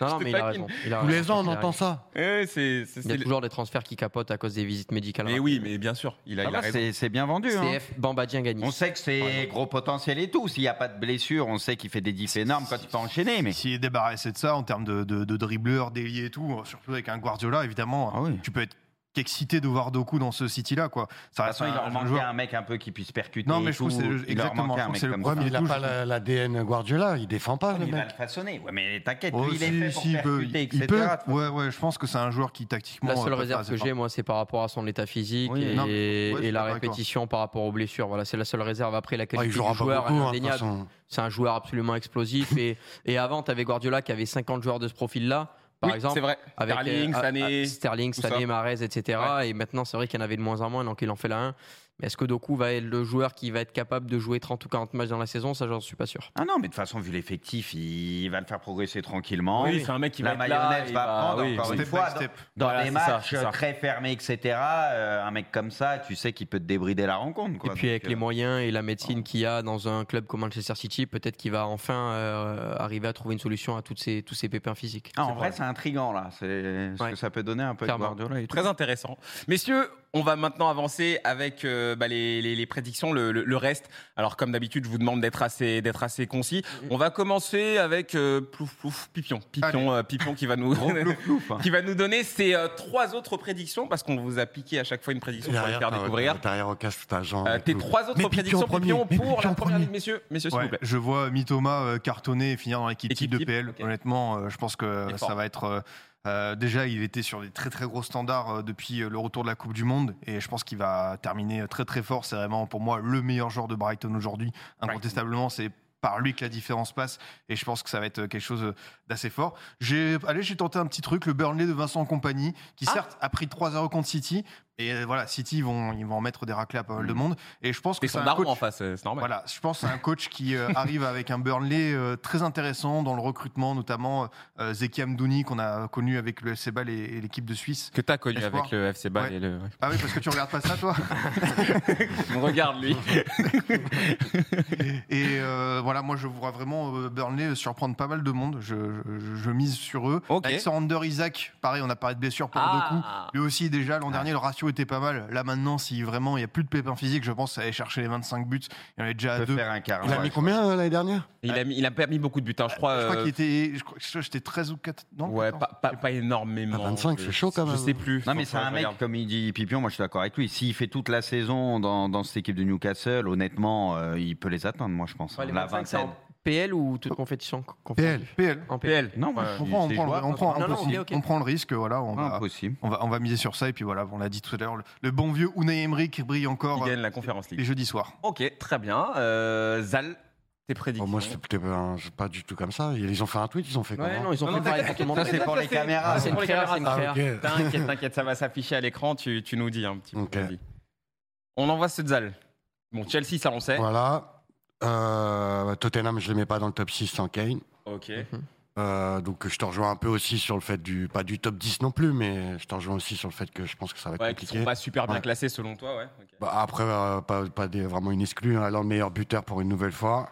Non, non, mais il a
taquine.
raison. il a
Tous
raison,
les ans, on
il a
entend
raison.
ça.
Eh, c'est- c'est-
Il y a
c'est-
toujours des transferts qui capotent à cause des visites médicales.
Mais oui, mais bien sûr, il a,
Ah
il a
bah,
raison.
c'est- C'est bien vendu. hein.
CF Bambadien Gagnis.
On sait que c'est gros potentiel et tout. S'il n'y a pas de blessure, on sait qu'il fait des diffs énormes quand il peut enchaîner. Mais
S'il est débarrassé de ça en termes de, de, de dribbleur, d'ailier et tout, euh, surtout avec un Guardiola, évidemment,
Ah oui.
tu peux être qu'excité de voir Doku dans ce City-là. quoi. Ça
de toute
reste
façon, il
un
leur
jeune
manquait
joueur.
un mec un peu qui puisse percuter.
Non, mais
et
je trouve
tout.
que c'est-
Il leur
exactement,
manquait
je
un
trouve
mec
que c'est le
comme
Ouais,
ça.
mais il n'a
tout,
pas
je-
la- l'ADN Guardiola, il défend pas, le
Il va
mec.
le façonner. Ouais, mais t'inquiète,
Oh,
lui, il est
si,
fait
si, il
pour
peut-
percuter,
il
etc.
peut- Ouais, ouais, je pense que c'est un joueur qui tactiquement.
La seule
euh, peut
réserve
faire
que
ses
j'ai, moi, c'est par rapport à son état physique
Oui,
et,
non, mais-
et
ouais, je suis
la
d'accord avec toi.
répétition par rapport aux blessures. Voilà, c'est la seule réserve. Après, la
Ah,
qualité
il jouera
du
pas
joueur, elle est
beaucoup, hein, de toute
indéniable.
façon.
c'est un joueur absolument explosif. et, et avant, tu avais Guardiola qui avait 50 joueurs de ce profil-là, par
Oui,
exemple.
C'est vrai.
Avec,
Sterling,
euh, ah,
Sané.
ah, Sterling,
tout ça.
Sané, Mahrez, etc. Et maintenant, c'est vrai qu'il y en avait de moins en moins, donc il en fait la 1. Mais est-ce que Doku va être le joueur qui va être capable de jouer 30 ou 40 matchs dans la saison Ça, j'en suis pas sûr.
Ah non, mais de toute façon, vu l'effectif, il va le faire progresser tranquillement.
Oui, c'est un mec qui
La
va être là,
mayonnaise
il
va prendre
oui,
encore
oui.
une
Step
fois,
by step.
Dans
Voilà,
les
c'est ça,
matchs
c'est ça.
très fermés, etc., euh, un mec comme ça, tu sais qu'il peut te débrider la rencontre.
Et
quoi.
puis
Donc,
avec les
euh,
moyens et la médecine qu'il y a dans un club comme Manchester City, peut-être qu'il va enfin euh, arriver à trouver une solution à toutes ces, tous ces pépins physiques.
Ah,
C'est
en vrai,
probable.
c'est intriguant là. C'est ce que
Ouais.
ça peut donner un peu de
Clairement.
Guardiola et tout.
Très intéressant. Messieurs, on va maintenant avancer avec euh, bah, les, les- les prédictions, le, le- le reste. Alors, comme d'habitude, je vous demande d'être assez, d'être assez concis. On va commencer avec euh, plouf, plouf, Pipion. Pipion, euh, Pipion qui va nous,
Gros plouf plouf. hein.
qui va nous donner ses euh, trois autres prédictions parce qu'on vous a piqué à chaque fois une prédiction pour les faire
t'as-
découvrir.
Derrière au casque, t'as Jean.
Euh,
et
tes
tout.
trois autres
Mais Pipion
prédictions,
premier,
Pipion,
mais
pour
Pipion
la première
premier.
ligue, messieurs, messieurs, s'il
Ouais,
vous plaît.
Je vois Mitoma euh, cartonner et finir dans l'équipe
Équipe
type de
type,
PL.
ok.
Honnêtement, euh, je pense que
Il est
ça
fort.
va être. euh, euh, déjà, il était sur des très très gros standards euh, depuis euh, le retour de la Coupe du Monde et je pense qu'il va terminer euh, très très fort. C'est vraiment pour moi le meilleur joueur de Brighton aujourd'hui. Incontestablement, c'est par lui que la différence passe et je pense que ça va être euh, quelque chose euh, d'assez fort. J'ai allez, j'ai tenté un petit truc, le Burnley de Vincent Compagnie qui
Ah.
certes a pris 3-0 contre City et euh, voilà, City ils vont ils vont en mettre des raclés à
Mm.
pas mal de monde et je pense
Et
que c'est
son
un
daron
coach-
en face, euh, c'est normal.
voilà, je pense que c'est un coach qui euh, arrive avec un Burnley euh, très intéressant dans le recrutement, notamment euh, Zeki Amdouni qu'on a connu avec le FC Ball et, et l'équipe de Suisse.
Que t'as connu
Espoir.
avec le FC Ball
Ouais.
et le. ouais.
Ah oui, parce que tu regardes pas ça, toi.
On regarde lui.
Et euh, voilà, moi je vois vraiment euh, Burnley surprendre pas mal de monde. Je, je- je mise sur eux.
Ok.
Alexander Isaac, pareil, on a parlé de blessure pour deux coups.
Ah.
Lui aussi, déjà, l'an dernier, le ratio était pas mal. Là, maintenant, si vraiment il n'y a plus de pépins physiques, je pense aller chercher les 25 buts. Il y en avait déjà
Peut
deux.
faire un quart.
Il a
ouais,
mis
je
combien euh, l'année dernière
Il a, mis- il a pas mis beaucoup de buts, hein, je crois.
Je crois
euh,
qu'il était. je crois- je crois que J'étais 13 ou 4. Non,
Ouais,
14.
pas, pas, pas énormément.
À 25,
Je-
Ah, c'est chaud, quand
Je
même.
sais plus.
Non, mais c'est
Faudrait
un
que je
mec,
regarde.
comme il dit Pipion, moi je suis d'accord avec lui. S'il fait toute la saison dans, dans cette équipe de Newcastle, honnêtement, euh, il peut les atteindre, moi je pense. hein.
Ouais, les
la
25, c'est en
vingtaine.
PL ou toute compétition
PL.
PL.
En PL.
PL.
Non, moi,
Ouais.
On
je-
prend, on
c'est
prend, le-
jouable.
on prend-
Non, non,
on prend-
ok, ok.
on prend le risque, voilà, on
Pas
va,
Impossible.
on, va, on va miser sur ça. Et puis voilà, on l'a dit tout à l'heure, le, le bon vieux Unai Emery qui brille
Il
encore euh,
gagne la conférence
les
League.
jeudis soirs.
Ok, très bien. Euh, Zal, tes prédictions.
Bon, moi, c'est peut-être, euh, c'est pas du tout comme ça. Ils ont fait un tweet, ils ont fait
Ouais,
comment
Ah non, ils ont
Non, non,
fait pareil pour tout le monde.
Ça, c'est pour les caméras.
Ah, c'est une
Pour les
créa,
caméras,
c'est une
Ah,
créa.
ok.
T'inquiète, t'inquiète, ça va s'afficher à l'écran. Tu, tu nous dis un petit peu.
Ok.
vas-y. On envoie ce Zal. Bon, Chelsea, ça on sait.
Voilà. Euh, Tottenham, je ne les mets pas dans le top 6 sans Kane.
Ok.
Euh, donc je te rejoins un peu aussi sur le fait du pas du top 10 non plus mais je te rejoins aussi sur le fait que je pense que ça va être
Ouais, qui
compliqué
sont pas super bien
Ouais.
classés selon toi, ouais. ok.
Bah, après euh, pas, pas des- vraiment une exclue hein, Haaland, meilleur buteur pour une nouvelle fois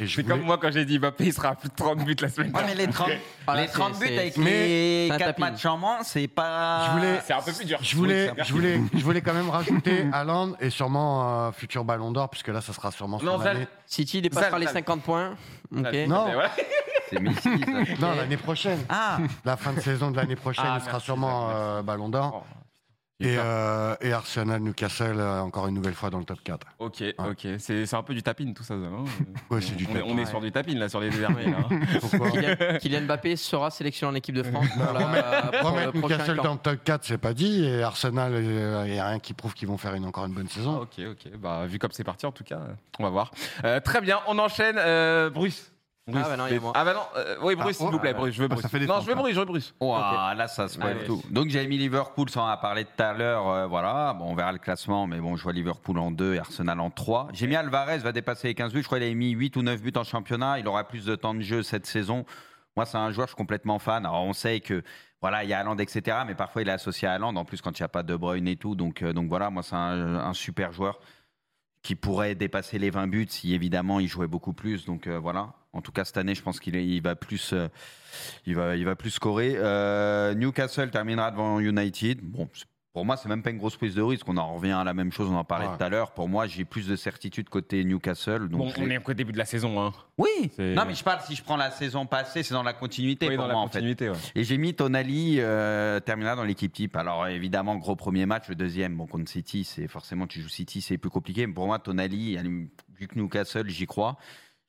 Et je
C'est
voulais-
comme moi quand j'ai dit Mbappé, il sera à plus de 30 buts la semaine
Ouais,
prochaine.
mais les 30,
Ah, là,
les
c'est-
30 buts
c'est-
avec
Mais-
les
c'est un
4
tapis.
matchs en moins, c'est pas.
Je voulais-
C'est un peu plus dur.
je voulais,
Oui, c'est
je voulais, je voulais quand même rajouter Haaland et sûrement euh, futur Ballon d'Or puisque là ça sera sûrement son
Non, Zal-
année.
City dépassera
Zal,
les
Zal.
50 points.
Zal,
Ok.
Zal,
Non.
voilà.
C'est Messi, ça.
Non, l'année prochaine,
Ah,
la fin de saison de l'année prochaine,
Eh. Ah,
il sera
merci,
sûrement
Zal,
euh, Ballon d'Or. Et, euh, et Arsenal, Newcastle, euh, encore une nouvelle fois dans le top 4.
Ok, ok. C'est c'est un peu du tapine tout ça. ça, hein
Ouais, c'est du
on, est,
tapis.
on est sur du tapine là, sur les derniers. là, hein.
Pourquoi
Kylian, Kylian Mbappé sera sélectionné en équipe de France pour, la- pour le
Remettre
prochain
Newcastle
camp.
dans le top 4, c'est pas dit. Et Arsenal, il n'y a rien qui prouve qu'ils vont faire une, encore une bonne
Ah,
saison.
ok, ok. Bah, vu comme c'est parti, en tout cas, euh, on va voir. Euh, très bien, on enchaîne. Euh, Bruce. Bruce,
bah non, il y a
c'est-
moi.
ah bah non, euh, oui, Bruce,
Ah,
s'il
oh,
vous plaît,
ah,
Bruce, je veux
ah, ça
Bruce.
fait des
non,
temps,
je veux
ça.
Bruce, je veux Bruce.
Ouah, là, ça se
Allez.
spoil tout. Donc, j'ai mis Liverpool, sans en parler tout à l'heure. euh, voilà, bon, on verra le classement, mais bon, je vois Liverpool en 2 et Arsenal en 3. J'ai mis Alvarez, va dépasser les 15 buts. Je crois qu'il avait mis 8 ou 9 buts en championnat. Il aura plus de temps de jeu cette saison. Moi, c'est un joueur, je suis complètement fan. Alors, on sait que, voilà, il y a Haaland, etc., mais parfois, il est associé à Haaland, en plus, quand il n'y a pas De Bruyne et tout. Donc, euh, donc voilà, moi, c'est un, un super joueur qui pourrait dépasser les 20 buts si, évidemment, il jouait beaucoup plus. Donc, euh, voilà. En tout cas, cette année, je pense qu'il est- il va plus... euh, il va, il va plus scorer. Euh, Newcastle terminera devant United. Bon, c'est- pour moi, c'est même pas une grosse prise de risque. On en revient à la même chose, on en parlait
Ouais.
tout à l'heure. Pour moi, j'ai plus de certitude côté Newcastle. Donc
Bon,
je
on
l'ai-
est au début de la saison, hein.
Oui
C'est-
Non, mais je parle, si je prends la saison passée, c'est dans la continuité
Oui,
pour
dans la
moi, en fait.
continuité, ouais.
Et j'ai mis Tonali euh, terminera dans l'équipe type. Alors évidemment, gros premier match, le deuxième, bon contre City, c'est forcément tu joues City, c'est plus compliqué. Mais pour moi, Tonali, elle- vu que Newcastle, j'y crois.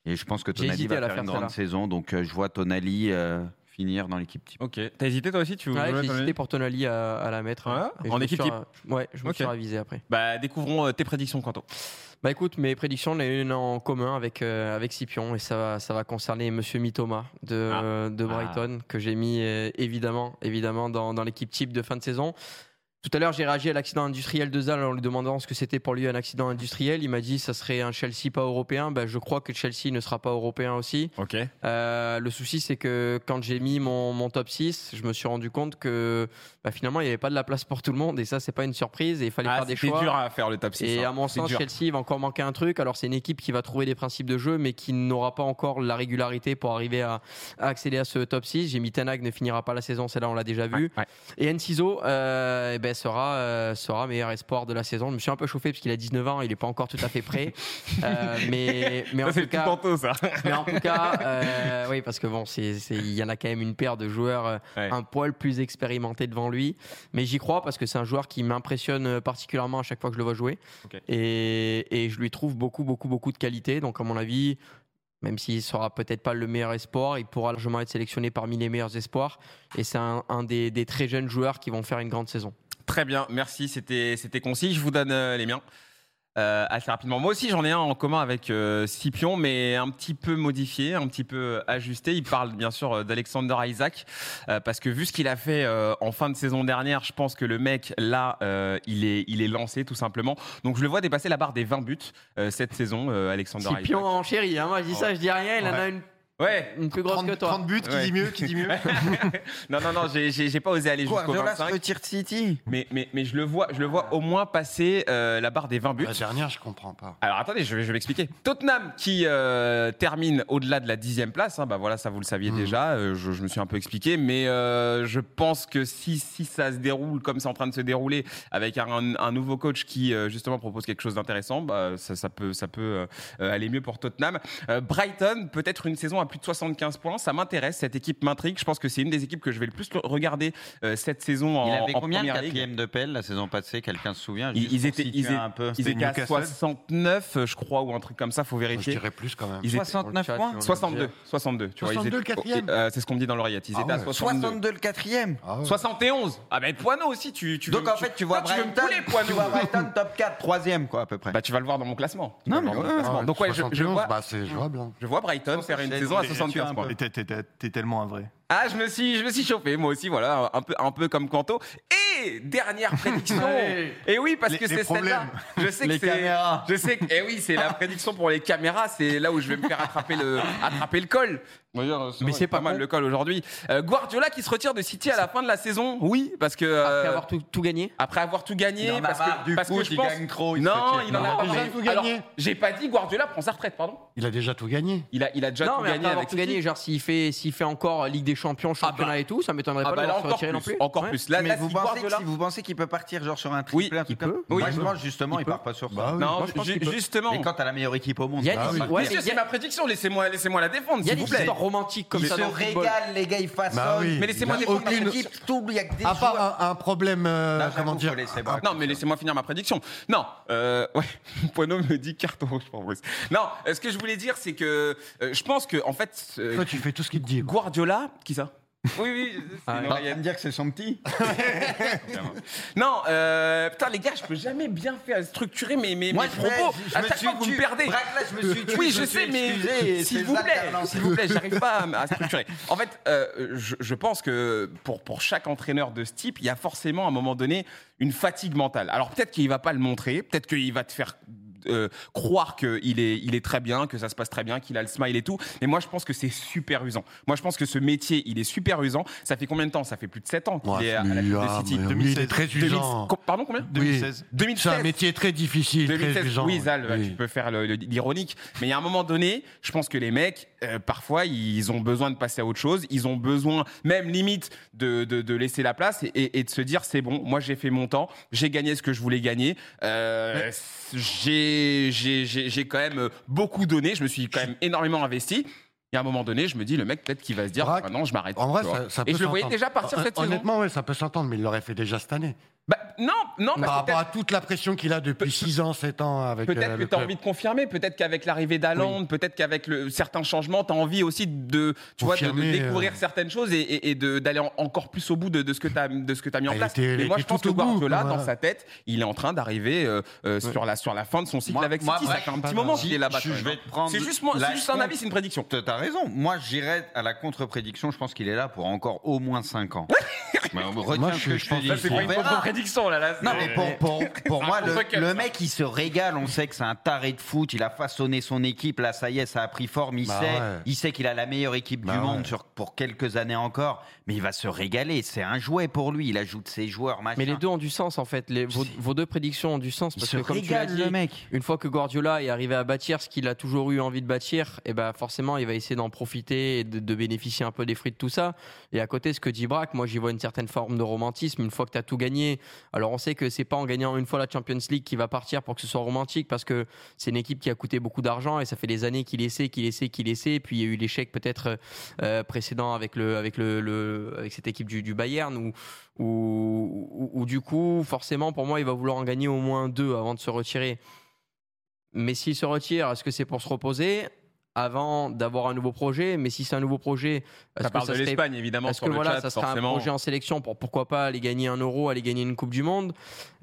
Et je pense que
J'ai
Tonali
hésité
va
à la
faire,
faire,
une grande saison. Donc euh, je vois Tonali euh, finir dans l'équipe type.
Ok. T'as hésité toi aussi, tu veux
Ouais,
jouer,
j'ai
t'en as
hésité
une
pour Tonali à, à la mettre. hein.
Ouais,
Et je
Ah, en
me
équipe
suis ra- Ouais, je me suis
Ok.
ravisé après.
Bah, découvrons euh, tes prédictions, Quentin.
Bah écoute, mes prédictions, on est une en commun avec, euh, avec Scipion et ça va, ça va concerner Monsieur Mitoma de,
Ah.
de Brighton que j'ai mis euh, évidemment, évidemment dans, dans l'équipe type de fin de saison. Tout à l'heure, j'ai réagi à l'accident industriel de Zal en lui demandant ce que c'était pour lui un accident industriel. Il m'a dit ça serait un Chelsea pas européen. Bah, je crois que Chelsea ne sera pas européen aussi.
Ok.
Euh, le souci, c'est que quand j'ai mis mon, mon top 6, je me suis rendu compte que bah, finalement, il n'y avait pas de la place pour tout le monde. Et ça, c'est pas une surprise. Et il fallait
Ah,
faire des
c'était
choix.
dur à faire le top 6.
Et
hein.
à mon
C'est
sens,
dur.
Chelsea va encore manquer un truc. Alors, c'est une équipe qui va trouver des principes de jeu, mais qui n'aura pas encore la régularité pour arriver à, à accéder à ce top 6. J'ai mis Tenag ne finira pas la saison, celle-là, on l'a déjà vu.
Ouais.
Et Enciso euh, eh ben, sera, euh, sera meilleur espoir de la saison. Je me suis un peu chauffé parce qu'il a 19 ans, il n'est pas encore tout à fait prêt. Euh, mais, mais en
Ça, c'est
tout
le tout
cas.
Quentin, ça.
Mais en tout cas, euh, oui, parce que bon, c'est- c'est- il y en a quand même une paire de joueurs euh,
Ouais.
un poil plus expérimentés devant lui. Mais j'y crois parce que c'est un joueur qui m'impressionne euh, particulièrement à chaque fois que je le vois jouer.
Ok.
Et, et je lui trouve beaucoup, beaucoup, beaucoup de qualité. Donc, à mon avis, même s'il sera peut-être pas le meilleur espoir, il pourra largement être sélectionné parmi les meilleurs espoirs. Et c'est un, un des, des très jeunes joueurs qui vont faire une grande saison.
Très bien, merci, c'était c'était concis. Je vous donne euh, les miens. Euh, assez rapidement. Moi aussi, j'en ai un en commun avec euh, Scipion, mais un petit peu modifié, un petit peu euh, ajusté. Il parle bien sûr euh, d'Alexander Isaac, euh, parce que vu ce qu'il a fait euh, en fin de saison dernière, je pense que le mec, là, euh, il, est, il est lancé tout simplement. Donc je le vois dépasser la barre des 20 buts euh, cette saison, euh, Alexander
Scipion
Isaac.
en chérie, hein, moi je dis ça, je dis rien, il en a une,
Ouais,
une plus grosse
30,
que toi.
30 buts, qui
Ouais.
dit mieux, qui dit mieux.
non, non, non, j'ai- j'ai j'ai pas osé aller jusqu'au 25.
retire City
Mais, mais, mais je, le vois, je le vois au moins passer euh, la barre des 20 buts.
La dernière, je comprends pas.
Alors attendez, je vais, je vais m'expliquer. Tottenham qui euh, termine au-delà de la dixième place, hein, bah voilà, ça vous le saviez
Mhm.
déjà. euh, je, je me suis un peu expliqué, mais euh, je pense que si si ça se déroule comme c'est en train de se dérouler, avec un, un nouveau coach qui euh, justement propose quelque chose d'intéressant, bah, ça, ça peut ça peut euh, euh, aller mieux pour Tottenham. Euh, Brighton peut-être une saison à plus de 75 points, ça m'intéresse. Cette équipe m'intrigue. Je pense que c'est une des équipes que je vais le plus regarder euh, cette saison en,
Il avait
en
combien le
première ligue.
quatrième de pelle la saison passée Quelqu'un se souvient
Ils-
Juste
ils
pour
étaient-
situer
ils étaient-
un peu.
Ils étaient à
Newcastle
69, je crois, ou un truc comme ça. Faut
Moi, je
vérifier.
dirais plus quand même.
Ils étaient-
69
Dans le chat,
points
on a
62, 62, tu vois, ils
62,
étaient-
quatrième.
Euh, c'est ce qu'on me dit dans l'oreillette. Ils
Ah
étaient à
ouais.
62.
le quatrième
Ah ouais.
71. Ah ben Poineau aussi, tu, tu
Donc
veux-
en fait, tu vois
Toi, tu veux me
Brighton,
couler, Poineau.
tu vois Brighton top 4, troisième quoi à peu près.
Bah tu vas le voir dans mon classement. Tu
Non,
vas le
mais
voir dans
ouais,
mon
ouais.
Ah
classement. Donc ouais, je, je
71,
vois, Mm.
bah, c'est jouable. hein.
je vois Brighton faire une
c'est-
saison à
Mais
75 points.
t'es- t'es- t'es- T'es tellement un vrai.
Ah, je me suis, je me suis chauffé, moi aussi, voilà, un peu, un peu comme Canto. Et dernière prédiction. et oui, parce
Les-
que
les
c'est celle-là.
problèmes.
Je sais que
Les
c'est,
caméras.
je sais que, eh oui, c'est la prédiction pour les caméras. C'est là où je vais me faire attraper le, attraper le col. D'ailleurs,
Mais
vrai,
c'est
il
pas
mal
con.
le col aujourd'hui. Euh, Guardiola qui se retire de City à la fin de la saison. Oui, parce que
Après
euh,
avoir tout, tout gagné
après avoir tout gagné,
Il en a
parce
marre
que,
du
parce
foot,
que je
il
pense.
gagne trop, il se
non,
retire.
il en a
Non,
pas
il a
marre.
tout gagné.
Alors, j'ai pas dit Guardiola prend sa retraite, pardon.
Il a déjà tout gagné.
Il a, il a déjà
non,
tout
mais
gagné
après avoir
avec
tout
City.
gagné, genre s'il fait, s'il fait encore Ligue des Champions, championnat et tout, ça m'étonnerait
Ah
pas
bah
de
là
voir se
encore
retirer
plus,
non plus.
encore
Ouais.
plus. Là,
mais
là,
vous
si
pensez, que
Guardiola-
si vous pensez qu'il peut partir genre sur un triple,
Oui,
un truc
il peut.
comme- Moi,
Oui.
je pense justement, il, part pas sur
Bah
ça.
oui.
Non,
Moi, je pense
ju-
qu'il peut.
justement.
Et quand t'as la meilleure équipe au monde,
Il y a
ça va
des-
pas
ouais,
le
Messieurs,
dire.
il y
c'est
a-
ma prédiction. Laissez-moi, laissez-moi la défendre,
Il y a
s'il
des
vous plaît.
histoires romantique comme
Ils
ça
se
dans le football.
régalent, les gars, ils façonnent.
Bah oui.
Mais laissez-moi
Il y a
défendre ma
aucune-
L'équipe, tout, il y a que des
À
joueurs.
part un, un problème, euh,
Non, j'avoue,
comment
faut
dire
laisser Braque.
Non, mais laissez-moi finir ma prédiction. Non, euh, ouais, Poineau me dit carton rouge pour Bruce. Non, euh, ce que je voulais dire, c'est que euh, je pense que, en fait, euh,
Toi, tu fais tout ce qu'il te dit. quoi.
Guardiola, qui ça Oui, oui, c'est
Ah,
une
ouais.
oreillette.
me dire que c'est son petit.
Non, euh, putain, les gars, je peux jamais bien faire structurer mes, mes, mes
me-
propos.
je
à
me
chaque
suis
fois, vous
tu-
me perdez.
Braque, là, je me suis tu,
Oui,
je
je
me
sais,
suis excusé,
mais
et
s'il
c'est
vous
les
plaît,
alternances.
s'il vous plaît, j'arrive pas à, à structurer. En fait, euh, je, je pense que pour, pour chaque entraîneur de ce type, il y a forcément à un moment donné une fatigue mentale. Alors peut-être qu'il va pas le montrer, peut-être qu'il va te faire euh, croire qu'il est, il est très bien, que ça se passe très bien, qu'il a le smile et tout. Mais moi, je pense que c'est super usant. Moi, je pense que ce métier, il est super usant. Ça fait combien de temps Ça fait plus de 7 ans qu'il
Ouais,
est à
mais
la Tech
ah,
City.
mais oui,
2016.
il est très
2000
usant.
co- Pardon, combien
Oui.
2016.
C'est un
2016.
métier très difficile, très
2016,
usant.
oui, Zal, bah,
Oui.
tu peux faire le- le- l'ironique, mais il y a un moment donné, je pense que les mecs, euh, parfois, ils ont besoin de passer à autre chose, ils ont besoin, même limite, de, de- de laisser la place et, et- et de se dire c'est bon, moi j'ai fait mon temps, j'ai gagné ce que je voulais gagner, euh, j'ai- j'ai j'ai- j'ai quand même euh, beaucoup donné, je me suis quand même énormément investi. Il y a un moment donné, je me dis le mec peut-être qu'il va se dire
Braque,
ah non, je m'arrête.
En vrai,
tu vois.
ça, ça peut
et je le voyais
s'entendre.
déjà partir
Hon-
cette saison.
Honnêtement, ouais, ça peut s'entendre, mais il l'aurait fait déjà cette année.
Bah, non, non, parce
Par
que
rapport à toute la pression qu'il a depuis 6 ans, 7 ans avec
Peut-être
euh,
que
le
tu as
club.
envie de confirmer, peut-être qu'avec l'arrivée d'Aland, peut-être qu'avec le- certains changements, tu as envie aussi de, tu vois, de- de,
Confirmer,
découvrir
euh.
certaines choses et, et- et de- d'aller en- encore plus au bout de, de ce que tu as, de ce que t'as mis en
Il
place.
était- il
Mais moi,
était
je pense
tout
que
au bout,
Guardiola,
quoi,
dans
voilà.
sa tête, il est en train d'arriver euh, euh, sur, la, sur la fin de son cycle
Moi-
avec
moi,
City.
bref,
ça fait un petit moment qu'il est là-bas.
Je,
quand
je
même.
vais te prendre.
C'est juste, moi-
la
c'est juste un
contre-
avis, c'est une prédiction.
T'as t'as raison. Moi, j'irais à la contre-prédiction. Je pense qu'il est là pour encore au moins 5 ans. Mais retiens
Moi,
ce
je-
que
je
te
pense
dis.
que
Là, c'est
On
pas une
verra.
prédiction, là. là
Non, mais pour, pour, pour
un
moi, le,
contre-cœur,
le
ça.
mec, il se régale. On sait que c'est un taré de foot. Il a façonné son équipe. Là, ça y est, ça a pris forme. Il
Bah
sait
ouais.
il sait qu'il a la meilleure équipe
Bah
du monde
ouais.
sur, pour quelques années encore. Mais il va se régaler. C'est un jouet pour lui. Il ajoute ses joueurs, machin.
Mais les deux ont du sens en fait. Les- vos, vos deux prédictions ont du sens
il
parce
se
que comme tu l'as
régale,
dit,
le mec.
une fois que Guardiola est arrivé à bâtir ce qu'il a toujours eu envie de bâtir, et ben forcément il va essayer d'en profiter et de, de bénéficier un peu des fruits de tout ça. Et à côté, ce que dit Braque, moi j'y vois une certaine forme de romantisme. Une fois que tu as tout gagné, alors on sait que c'est pas en gagnant une fois la Champions League qu'il va partir pour que ce soit romantique parce que c'est une équipe qui a coûté beaucoup d'argent et ça fait des années qu'il essaie, qu'il essaie, qu'il essaie. Et puis il y a eu l'échec peut-être euh, précédent avec le avec le, le- avec cette équipe du, du Bayern où où, où- où du coup, forcément, pour moi, il va vouloir en gagner au moins deux avant de se retirer. Mais s'il se retire, est-ce que c'est pour se reposer avant d'avoir un nouveau projet Mais si c'est un nouveau projet, est-ce
Ça
que
parle
ça
de
serait
l'Espagne, évidemment,
est-ce
sur
que
le
voilà,
chat,
ça sera un
forcément.
projet en sélection pour pourquoi pas aller gagner un euro, aller gagner une Coupe du Monde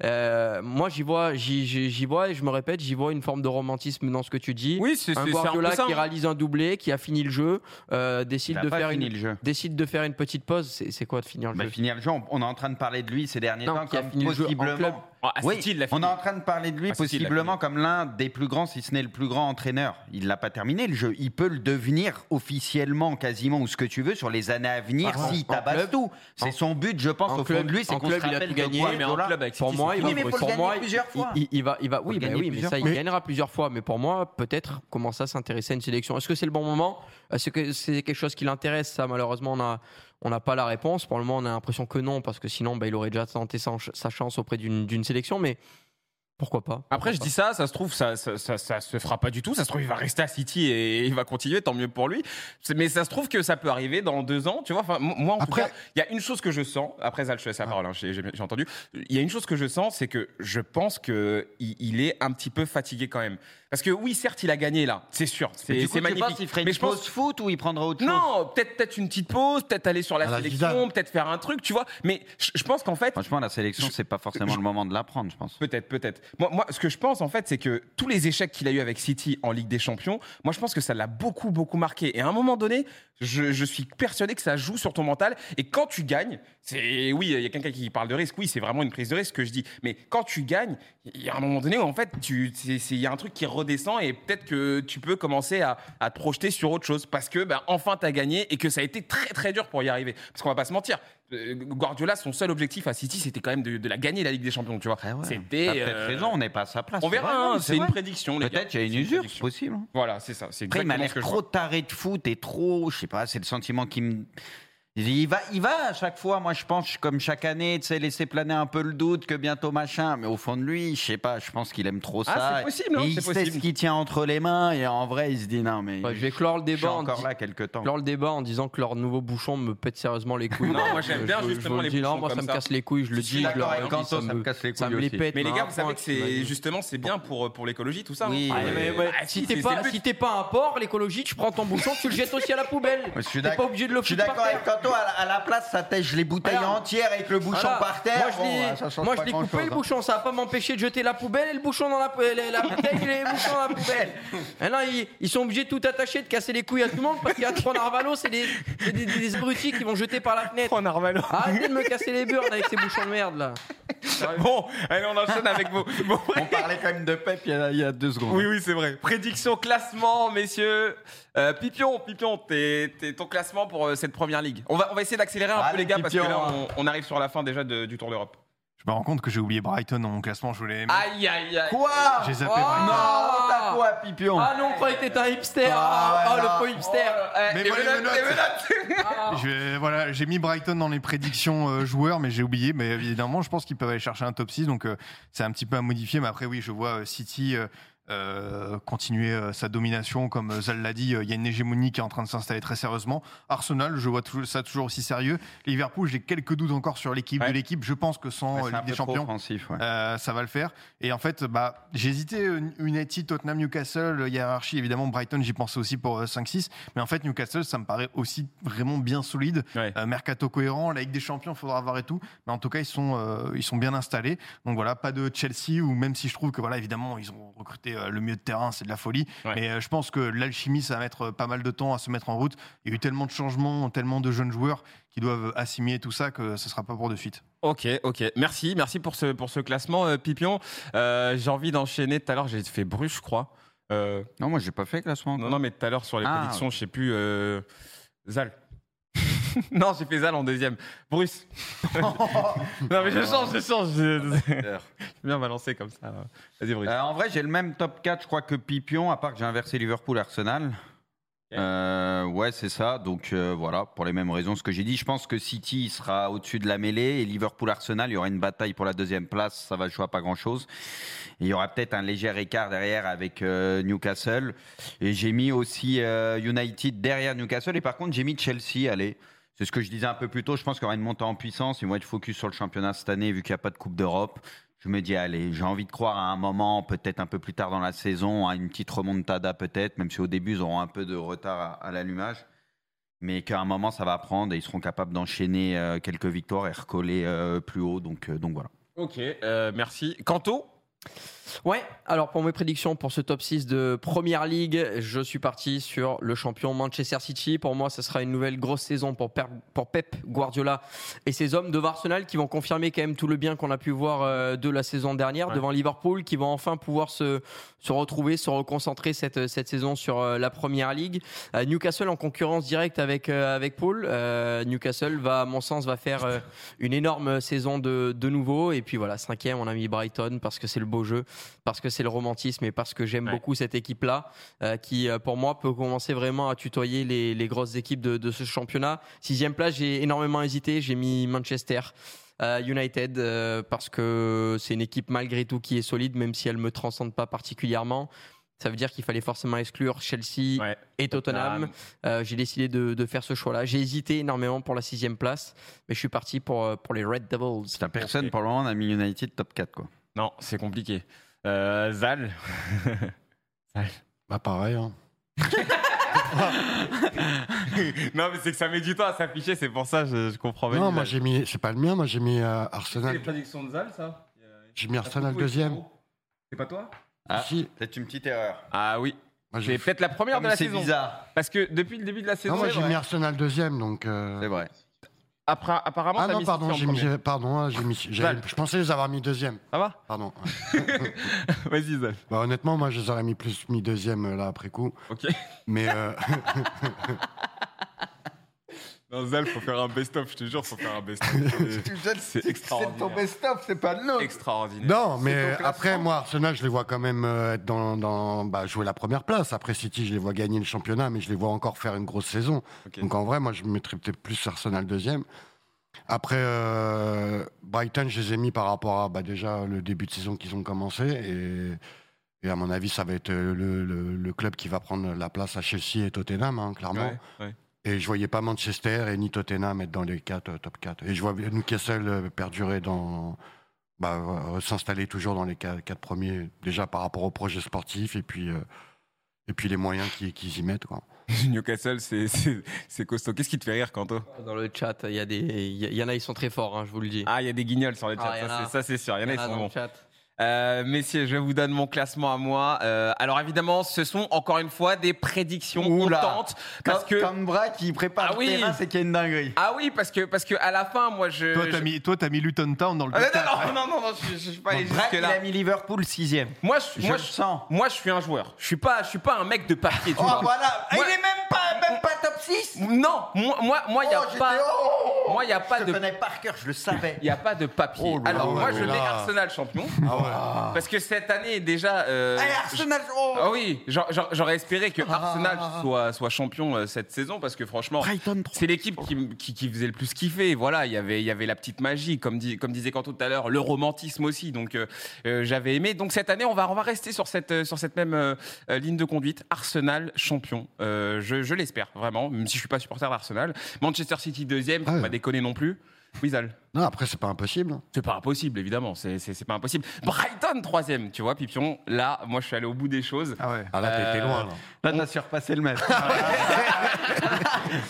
Euh, Moi, j'y vois, j'y, j'y- j'y vois, et je me répète, j'y vois une forme de romantisme dans ce que tu dis.
Oui, c'est c'est-
un
c'est un peu
Guardiola
ça,
qui
hein.
réalise un doublé, qui a fini le jeu, euh,
Il
décide,
a
de
pas
faire
fini
une,
le jeu.
décide de faire une petite pause. C'est, c'est quoi de finir le
Bah,
jeu
finir le jeu, on, on est en train de parler de lui ces derniers
Non,
temps
qui a
comme
fini le jeu en
possiblement.
club.
Ah, à
Oui,
City, il l'a
on est
fini.
en train de parler de lui
Ah, City, il l'a
possiblement comme l'un des plus grands, si ce n'est le plus grand entraîneur. Il l'a pas terminé le jeu. Il peut le devenir officiellement quasiment ou ce que tu veux sur les années à venir
Par
si
contre, en
tabasse
club-
tout.
en-
C'est son but, je pense,
en
au fond
club-
de lui, c'est
en
qu'on se
club, il a
rappelle
tout
de
gagné,
Ouais, mais en
Guardiola.
club avec
Pour
City,
moi,
c'est
il
fini.
va,
Oui, mais faut le
pour
gagner
moi,
plusieurs
il-
fois.
Il, il va, il va, oui,
le
bah
gagner
oui, mais
plusieurs
ça, il
fois.
gagnera plusieurs fois. Mais pour moi, peut-être commencer à s'intéresser à une sélection. Est-ce que c'est le bon moment Est-ce que c'est quelque chose qui l'intéresse Ça, malheureusement, on a, on n'a pas la réponse. Pour le moment, on a l'impression que non, parce que sinon, bah, il aurait déjà tenté sa, sa chance auprès d'une d'une sélection. Mais pourquoi pas
Ah,
Après, je dis ça, ça se trouve, ça, ça, ça, ça se fera pas du tout. Ça se trouve, il va rester à City et il va continuer, tant mieux pour lui. C'est- Mais ça se trouve que ça peut arriver dans deux ans, tu vois. Enfin, m- moi, en
Après-
tout cas, il y a une chose que je sens. Après, Zal, je te
Ah.
laisse la parole, hein, j'ai j'ai- j'ai entendu. Il y a une chose que je sens, c'est que je pense que il, il est un petit peu fatigué quand même. Parce que oui, certes, il a gagné là, c'est sûr,
Mais
c'est
du coup,
c'est
tu
magnifique.
penses qu'il ferait une
mais je pense
pause foot ou il prendra autre chose Ah,
non, peut-être peut-être une petite pause, peut-être aller sur la
À la
sélection,
Zidane.
peut-être faire un truc, tu vois. Mais je, je pense qu'en fait,
Franchement, la sélection, c'est pas forcément le moment de la prendre, je pense.
Peut-être, peut-être. Moi, moi, ce que je pense, en fait, c'est que tous les échecs qu'il a eu avec City en Ligue des Champions, moi, je pense que ça l'a beaucoup, beaucoup marqué. Et à un moment donné, je, je suis persuadé que ça joue sur ton mental. Et quand tu gagnes, c'est. Oui, il y a quelqu'un qui parle de risque. Oui, c'est vraiment une prise de risque que je dis. Mais quand tu gagnes, il y a un moment donné où, en fait, tu- c'est- c'est- il y a un truc qui redescend et peut-être que tu peux commencer à, à te projeter sur autre chose. Parce que, ben, enfin, t'as gagné et que ça a été très, très dur pour y arriver. Parce qu'on va pas se mentir. euh, Guardiola, son seul objectif à City, c'était quand même de, de la gagner, la Ligue des Champions, tu vois.
Ah ouais.
C'était.
T'as peut-être
euh,
raison, on n'est pas à sa place.
On
vrai,
verra,
non,
hein,
mais
c'est une
vrai.
prédiction, les gars.
Peut-être il y a une
C'est
usure, c'est
prédiction.
possible.
Voilà, c'est ça. C'est
Après, il m'a
exactement
l'air
ce que je
trop
vois.
taré de foot et trop, je sais pas, c'est le sentiment qui me. Il va, il va à chaque fois, moi je pense, comme chaque année, tu sais, laisser planer un peu le doute que bientôt machin, mais au fond de lui, je sais pas, je pense qu'il aime trop
Ah,
ça.
c'est possible, hein,
Et il
c'est
sait
possible.
ce qu'il tient entre les mains, et en vrai, il se dit non, mais.
Ouais, je vais clore le
je suis
débat en,
encore
di-
là quelques temps.
clore le débat en disant que leur nouveau bouchon me pète sérieusement les couilles. Euh,
Non, moi, j'aime
Je-
bien
je- je
justement
vous le
les
dis, non,
bouchons
moi ça
comme
me
ça.
casse les couilles, je le
Je suis
dis, je
d'accord
leur
avec
dis,
Anto, ça me casse les
ça me
couilles
les
aussi.
pète.
Mais les
à
gars,
un
vous
point
savez que c'est
m'as-
justement c'est bien pour euh, pour l'écologie tout ça.
Oui,
hein.
Ah, mais
Ah,
ouais.
si,
si t'es
c'est-
pas,
c'est le
si
but.
t'es pas un porc, l'écologie, tu prends ton bouchon, tu le jettes aussi à la poubelle.
Je suis
T'es pas
d'accord.
obligé de le
Je suis
foutre par
d'accord
terre.
avec Anto, à la, à la place, ça tèche les bouteilles
Voilà.
entières avec le bouchon
Voilà.
par terre.
Moi, je
Bon,
l'ai,
ouais, ça change
moi,
pas
je l'ai coupé
grand-chose,
le
hein.
bouchon, ça va pas m'empêcher de jeter la poubelle et le bouchon dans la, la, la bouteille et les bouchons dans la poubelle. Et là, ils, ils sont obligés de tout attacher, de casser les couilles à tout le monde parce qu'il y a trois narvalos, c'est des, c'est des, des, des abrutis qui vont jeter par la fenêtre.
Prends Narvalo.
Arrêtez de me casser les burnes avec ces bouchons de merde là.
Bon, allez, on enchaîne avec vos. vos
On parlait quand même de Pep il y a, il y a deux secondes.
Oui, oui, c'est vrai. Prédiction, classement, messieurs. Euh, Pipion, Pipion, t'es, t'es- ton classement pour euh, cette première ligue. On va, on va essayer d'accélérer un peu,
Allez,
les gars, parce que
Pipion.
là, on, on arrive sur la fin déjà de- du Tour d'Europe.
Je me rends compte que j'ai oublié Brighton dans mon classement, je voulais.
Aïe, aïe, aïe.
Quoi
J'ai zappé
Oh
Brighton.
Non, t'as quoi, Pipion
Ah non, on croyait que t'étais un hipster.
Ah,
Ah,
ouais,
ah,
là.
le faux hipster.
Eh,
Mais
les
moi, les
menottes,
menottes.
les menottes.
Ah.
Je- voilà, j'ai mis Brighton dans les prédictions euh, joueurs, mais j'ai oublié. Mais évidemment, je pense qu'ils peuvent aller chercher un top 6, donc euh, c'est un petit peu à modifier. Mais après, oui, je vois euh, City euh, euh, continuer euh, sa domination. Comme euh, Zal l'a dit, euh, il y a une hégémonie qui est en train de s'installer très sérieusement. Arsenal, je vois toujours- ça toujours aussi sérieux. Liverpool, j'ai quelques doutes encore sur l'équipe
Ouais.
de l'équipe. Je pense que sans
Ouais,
euh,
c'est un
Ligue
peu
des
trop
Champions,
offensif, ouais.
euh, ça va le faire. Et en fait, bah, j'hésitais euh, United, Tottenham, Newcastle, euh, hiérarchie, évidemment, Brighton, j'y pensais aussi pour euh, 5-6. Mais en fait, Newcastle, ça me paraît aussi vraiment bien solide.
Ouais.
Euh, mercato cohérent, la Ligue des Champions, il faudra voir et tout. Mais en tout cas, ils sont, euh, ils sont bien installés. Donc voilà, pas de Chelsea, ou même si je trouve que, voilà, évidemment, ils ont recruté euh, le milieu de terrain, c'est de la folie.
Ouais.
Mais euh, je pense que l'alchimie, ça va mettre euh, pas mal de temps à se mettre en route. Il y a eu tellement de changements, tellement de jeunes joueurs qui doivent assimiler tout ça que ce sera pas pour de suite.
Ok, ok. Merci, merci pour ce, pour ce classement, euh, Pipion. Euh, j'ai envie d'enchaîner. Tout à l'heure, j'ai fait Bruges, je crois. Euh,
Non, moi j'ai pas fait classement.
non, non, mais tout à l'heure, sur les
Ah,
prédictions, je sais plus. euh, Zal. non, j'ai fait Zal en deuxième. Bruce. non, mais je change, je change. Je... Je bien balancer comme ça. là. Vas-y, Bruce.
Euh, en vrai, j'ai le même top 4, je crois, que Pipion, à part que j'ai inversé Liverpool-Arsenal.
Ok.
Euh, ouais, c'est ça. Donc euh, voilà, pour les mêmes raisons, ce que j'ai dit. Je pense que City sera au-dessus de la mêlée et Liverpool-Arsenal, il y aura une bataille pour la deuxième place. Ça va jouer à pas grand-chose. Il y aura peut-être un léger écart derrière avec euh, Newcastle. Et j'ai mis aussi euh, United derrière Newcastle. Et par contre, j'ai mis Chelsea. Allez, c'est ce que je disais un peu plus tôt. Je pense qu'il y aura une montée en puissance. Ils vont être focus sur le championnat cette année, vu qu'il n'y a pas de Coupe d'Europe. Je me dis, allez, j'ai envie de croire à un moment, peut-être un peu plus tard dans la saison, à une petite remontada peut-être, même si au début, ils auront un peu de retard à, à l'allumage. Mais qu'à un moment, ça va prendre et ils seront capables d'enchaîner euh, quelques victoires et recoller euh, plus haut. Donc, euh, donc voilà.
Ok, euh, merci. Canto
Ouais, alors pour mes prédictions pour ce top 6 de Première Ligue, je suis parti sur le champion Manchester City. Pour moi, ce sera une nouvelle grosse saison pour, Per- pour Pep Guardiola et ses hommes devant Arsenal qui vont confirmer quand même tout le bien qu'on a pu voir euh, de la saison dernière
Ouais.
devant Liverpool qui vont enfin pouvoir se, se retrouver, se reconcentrer cette, cette saison sur euh, la Première Ligue. Euh, Newcastle en concurrence directe avec, euh, avec Paul. Euh, Newcastle va, à mon sens, va faire euh, une énorme saison de, de nouveau. Et puis voilà, cinquième, on a mis Brighton parce que c'est le beau jeu parce que c'est le romantisme et parce que j'aime
Ouais.
beaucoup cette équipe-là, euh, qui euh, pour moi peut commencer vraiment à tutoyer les, les grosses équipes de, de ce championnat. Sixième place, j'ai énormément hésité, j'ai mis Manchester. euh, United euh, parce que c'est une équipe malgré tout qui est solide même si elle me transcende pas particulièrement ça veut dire qu'il fallait forcément exclure Chelsea
Ouais. Ah,
et Tottenham
Tottenham.
Euh, j'ai décidé de, de faire ce choix là j'ai hésité énormément pour la sixième place mais je suis parti pour, euh, pour les Red Devils
La personne, pour le moment, n'a mis United top 4. Quoi.
Non, c'est compliqué. Euh, Zal
Bah pareil. hein.
Non, mais c'est que ça met du temps à s'afficher, c'est pour ça je, je comprends
Non, moi j'ai mis, c'est pas le mien, moi j'ai mis euh, Arsenal.
prédictions de Zal, ça
J'ai mis Arsenal deuxième.
C'est pas toi
Ah.
Si,
C'est une petite erreur.
Ah oui, Ah,
moi, j'ai-
c'est peut-être la première de la saison.
bizarre.
Parce que depuis le début de la
Non,
saison,
moi j'ai
ouais.
mis Arsenal deuxième, donc. euh,
C'est vrai.
Appara- apparemment,
Ah
t'as
non,
mis
pardon,
City en
j'ai mis,
premier.
j'ai- pardon, hein, j'ai mis, j'avais-
Val.
je pensais les avoir mis deuxième.
Bah. Ça va
Pardon.
Vas-y, Zal.
Bah, honnêtement, moi, je les aurais mis plus mis euh, deuxième euh, là après coup.
Ok.
Mais euh,
Dans Zal, faut faire un best-of, je te jure, faut faire un best-of. C'est extraordinaire.
best-of, c'est pas le nôtre.
extraordinaire.
Non,
ton
mais
classement.
après, moi, Arsenal, je les vois quand même euh, être dans, dans- bah, jouer la première place. Après City, je les vois gagner le championnat, mais je les vois encore faire une grosse saison.
Ok.
Donc en vrai, moi, je mettrais peut-être plus Arsenal deuxième. Après, euh, Brighton, je les ai mis par rapport à bah, déjà le début de saison qu'ils ont commencé. Et, et à mon avis, ça va être euh, le, le- le club qui va prendre la place à Chelsea et Tottenham, hein, clairement.
Ouais, ouais.
Et je voyais pas Manchester et ni Tottenham être dans les quatre, euh, top 4. Et je vois Newcastle euh, perdurer dans. Bah, euh, s'installer toujours dans les qua- quatre, premiers, déjà par rapport au projet sportif et puis, euh, et puis les moyens qui- qu'ils y mettent. Quoi.
Newcastle, c'est- c'est c'est costaud. Qu'est-ce qui te fait rire, Kanto
Dans le chat, il y, a des- il y a- il y en a, ils sont très forts, hein, je vous le dis.
Ah, il y a des guignols sur les chats,
Ah, il y en
ça,
a.
c'est- ça c'est sûr. Il y en a,
Il
ils
y en a
sont
dans le
bons.
chat.
Euh, messieurs, je vous donne mon classement à moi. Euh, alors évidemment, ce sont encore une fois des prédictions
Oula.
contentes parce
Cam-
que
Cambra qui prépare
Ah
le
oui.
terrain, c'est qu'il y a une dinguerie.
ah oui parce que parce que à la fin, moi je
Toi, t'as
je-
mis, toi, t'as mis Luton Town dans le
Ah,
top quatre.
non, non, non, non, non, je, je- je suis pas allé
Donc, Braque,
jusque
il
là.
a mis Liverpool sixième.
Moi, je,
Je
moi,
le sens.
moi, je suis un joueur. Je suis pas, je suis pas un mec de papier. tu
Oh
vois.
voilà,
Moi-
il est même pas, même pas top Oh, 6
Non, moi, moi, moi, y a pas, moi, y a pas
Je
de,
te connais par cœur, je le savais.
y a pas de papier.
Oh là
Alors
là,
moi,
oh
je
là
mets
là.
Arsenal champion
Ah
parce que cette année déjà. euh,
Allez, Arsenal, oh
Ah oui, j'aurais- j'aurais j'aurais espéré que Arsenal soit, soit champion euh, cette saison parce que franchement,
Brighton
c'est l'équipe qui, m- qui, qui faisait le plus kiffer. Voilà, il y avait, il y avait la petite magie, comme, dit- comme disait Canto tout à l'heure, le romantisme aussi. Donc euh, euh, j'avais aimé. Donc cette année, on va, on va rester sur cette, euh, sur cette même euh, euh, ligne de conduite. Arsenal champion, Euh, je, je l'espère vraiment, même si je suis pas supporter d'Arsenal. Manchester City deuxième, faut
Ouais.
pas déconner non plus. Wizal.
Non, après, c'est pas impossible. hein.
C'est pas impossible, évidemment. C'est- C'est c'est pas impossible. Brighton, troisième, tu vois, Pipion. Là, moi, je suis allé au bout des choses.
Ah ouais.
Ah là, t'étais
Euh,
loin. Là.
Là, t'as surpassé le match.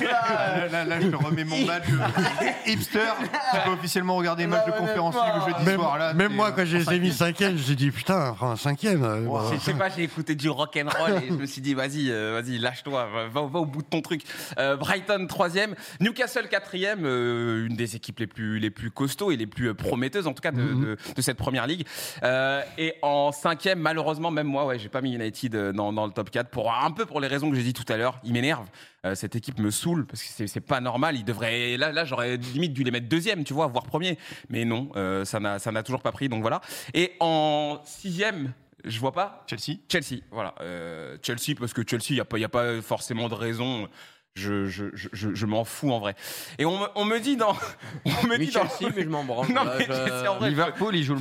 Là, là, là, je te remets mon badge euh, hipster. Tu peux officiellement regarder les matchs de conférence League le jeudi
Même,
soir. Là,
même
t'es,
moi,
euh,
quand j'ai les ai mis cinquième, j'ai dit putain, on prend un cinquième. euh, bah,
Je sais pas, j'ai écouté du rock and roll et je me suis dit vas-y, euh, vas-y, lâche-toi, va, va- va au bout de ton truc. Euh, Brighton troisième, Newcastle quatrième, euh, une des équipes les plus les plus costauds et les plus euh, prometteuses en tout cas de, de- de cette première ligue. Euh, et en cinquième, malheureusement même moi, ouais, j'ai pas mis United euh, dans, dans le top 4 pour un peu pour les raisons que j'ai dit tout à l'heure. Ils m'énervent. Euh, cette équipe me saoule parce que c'est- c'est pas normal. Ils devraient là là j'aurais limite dû les mettre deuxième, tu vois, voire premier. Mais non, euh, ça n'a ça n'a toujours pas pris. Donc voilà. Et en sixième. Je vois pas.
Chelsea.
Chelsea, voilà. Euh, Chelsea, parce que Chelsea, il n'y a, pas- y a pas forcément de raison. Je, je, je, je- je m'en fous en vrai. Et on, me- on me dit dans. On me
Mais
dit dans.
Chelsea, mais je m'en branle.
Non,
Ah,
là,
mais
je-
c'est en vrai.
Liverpool, il joue le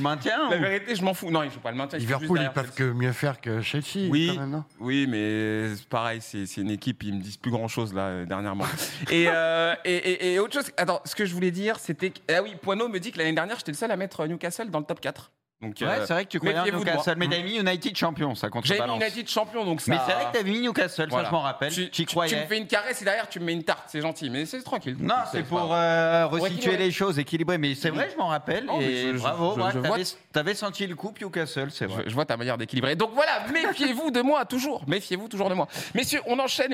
maintien.
La
ou-
vérité, je m'en fous. Non, ils ne jouent pas le maintien. sont juste
Liverpool, ils
derrière
peuvent
Chelsea.
que mieux faire que Chelsea.
Oui.
quand même, non
Oui, mais c'est pareil, c'est c'est une équipe, ils me disent plus grand chose là euh, dernièrement. et, euh, et, et- et autre chose, attends, ce que je voulais dire, c'était. que- Ah oui, Poineau me dit que l'année dernière, j'étais le seul à mettre euh, Newcastle dans le top 4. Donc,
Ouais,
euh,
c'est vrai que tu croyais en
méfiez-vous de
Newcastle,
moi.
mais t'as mis United champion, ça
j'ai mis
contrebalance.
United champion, donc ça.
Mais c'est vrai que t'avais mis Newcastle,
Voilà.
ça je m'en rappelle.
Tu,
Tu,
tu- tu me
croyais.
fais une caresse et derrière tu me mets une tarte, c'est gentil, mais c'est tranquille.
Non, c'est pour euh, resituer
équilibrer.
les choses, équilibrer. Mais c'est vrai, je m'en rappelle.
Non, Oh, mais
et
je- je-
bravo,
je-
Braque,
je vois.
t'avais, t'avais senti le coup, Newcastle, c'est vrai.
Je, je vois ta manière d'équilibrer. Donc voilà, méfiez-vous de moi toujours. Méfiez-vous toujours de moi. Messieurs, on enchaîne.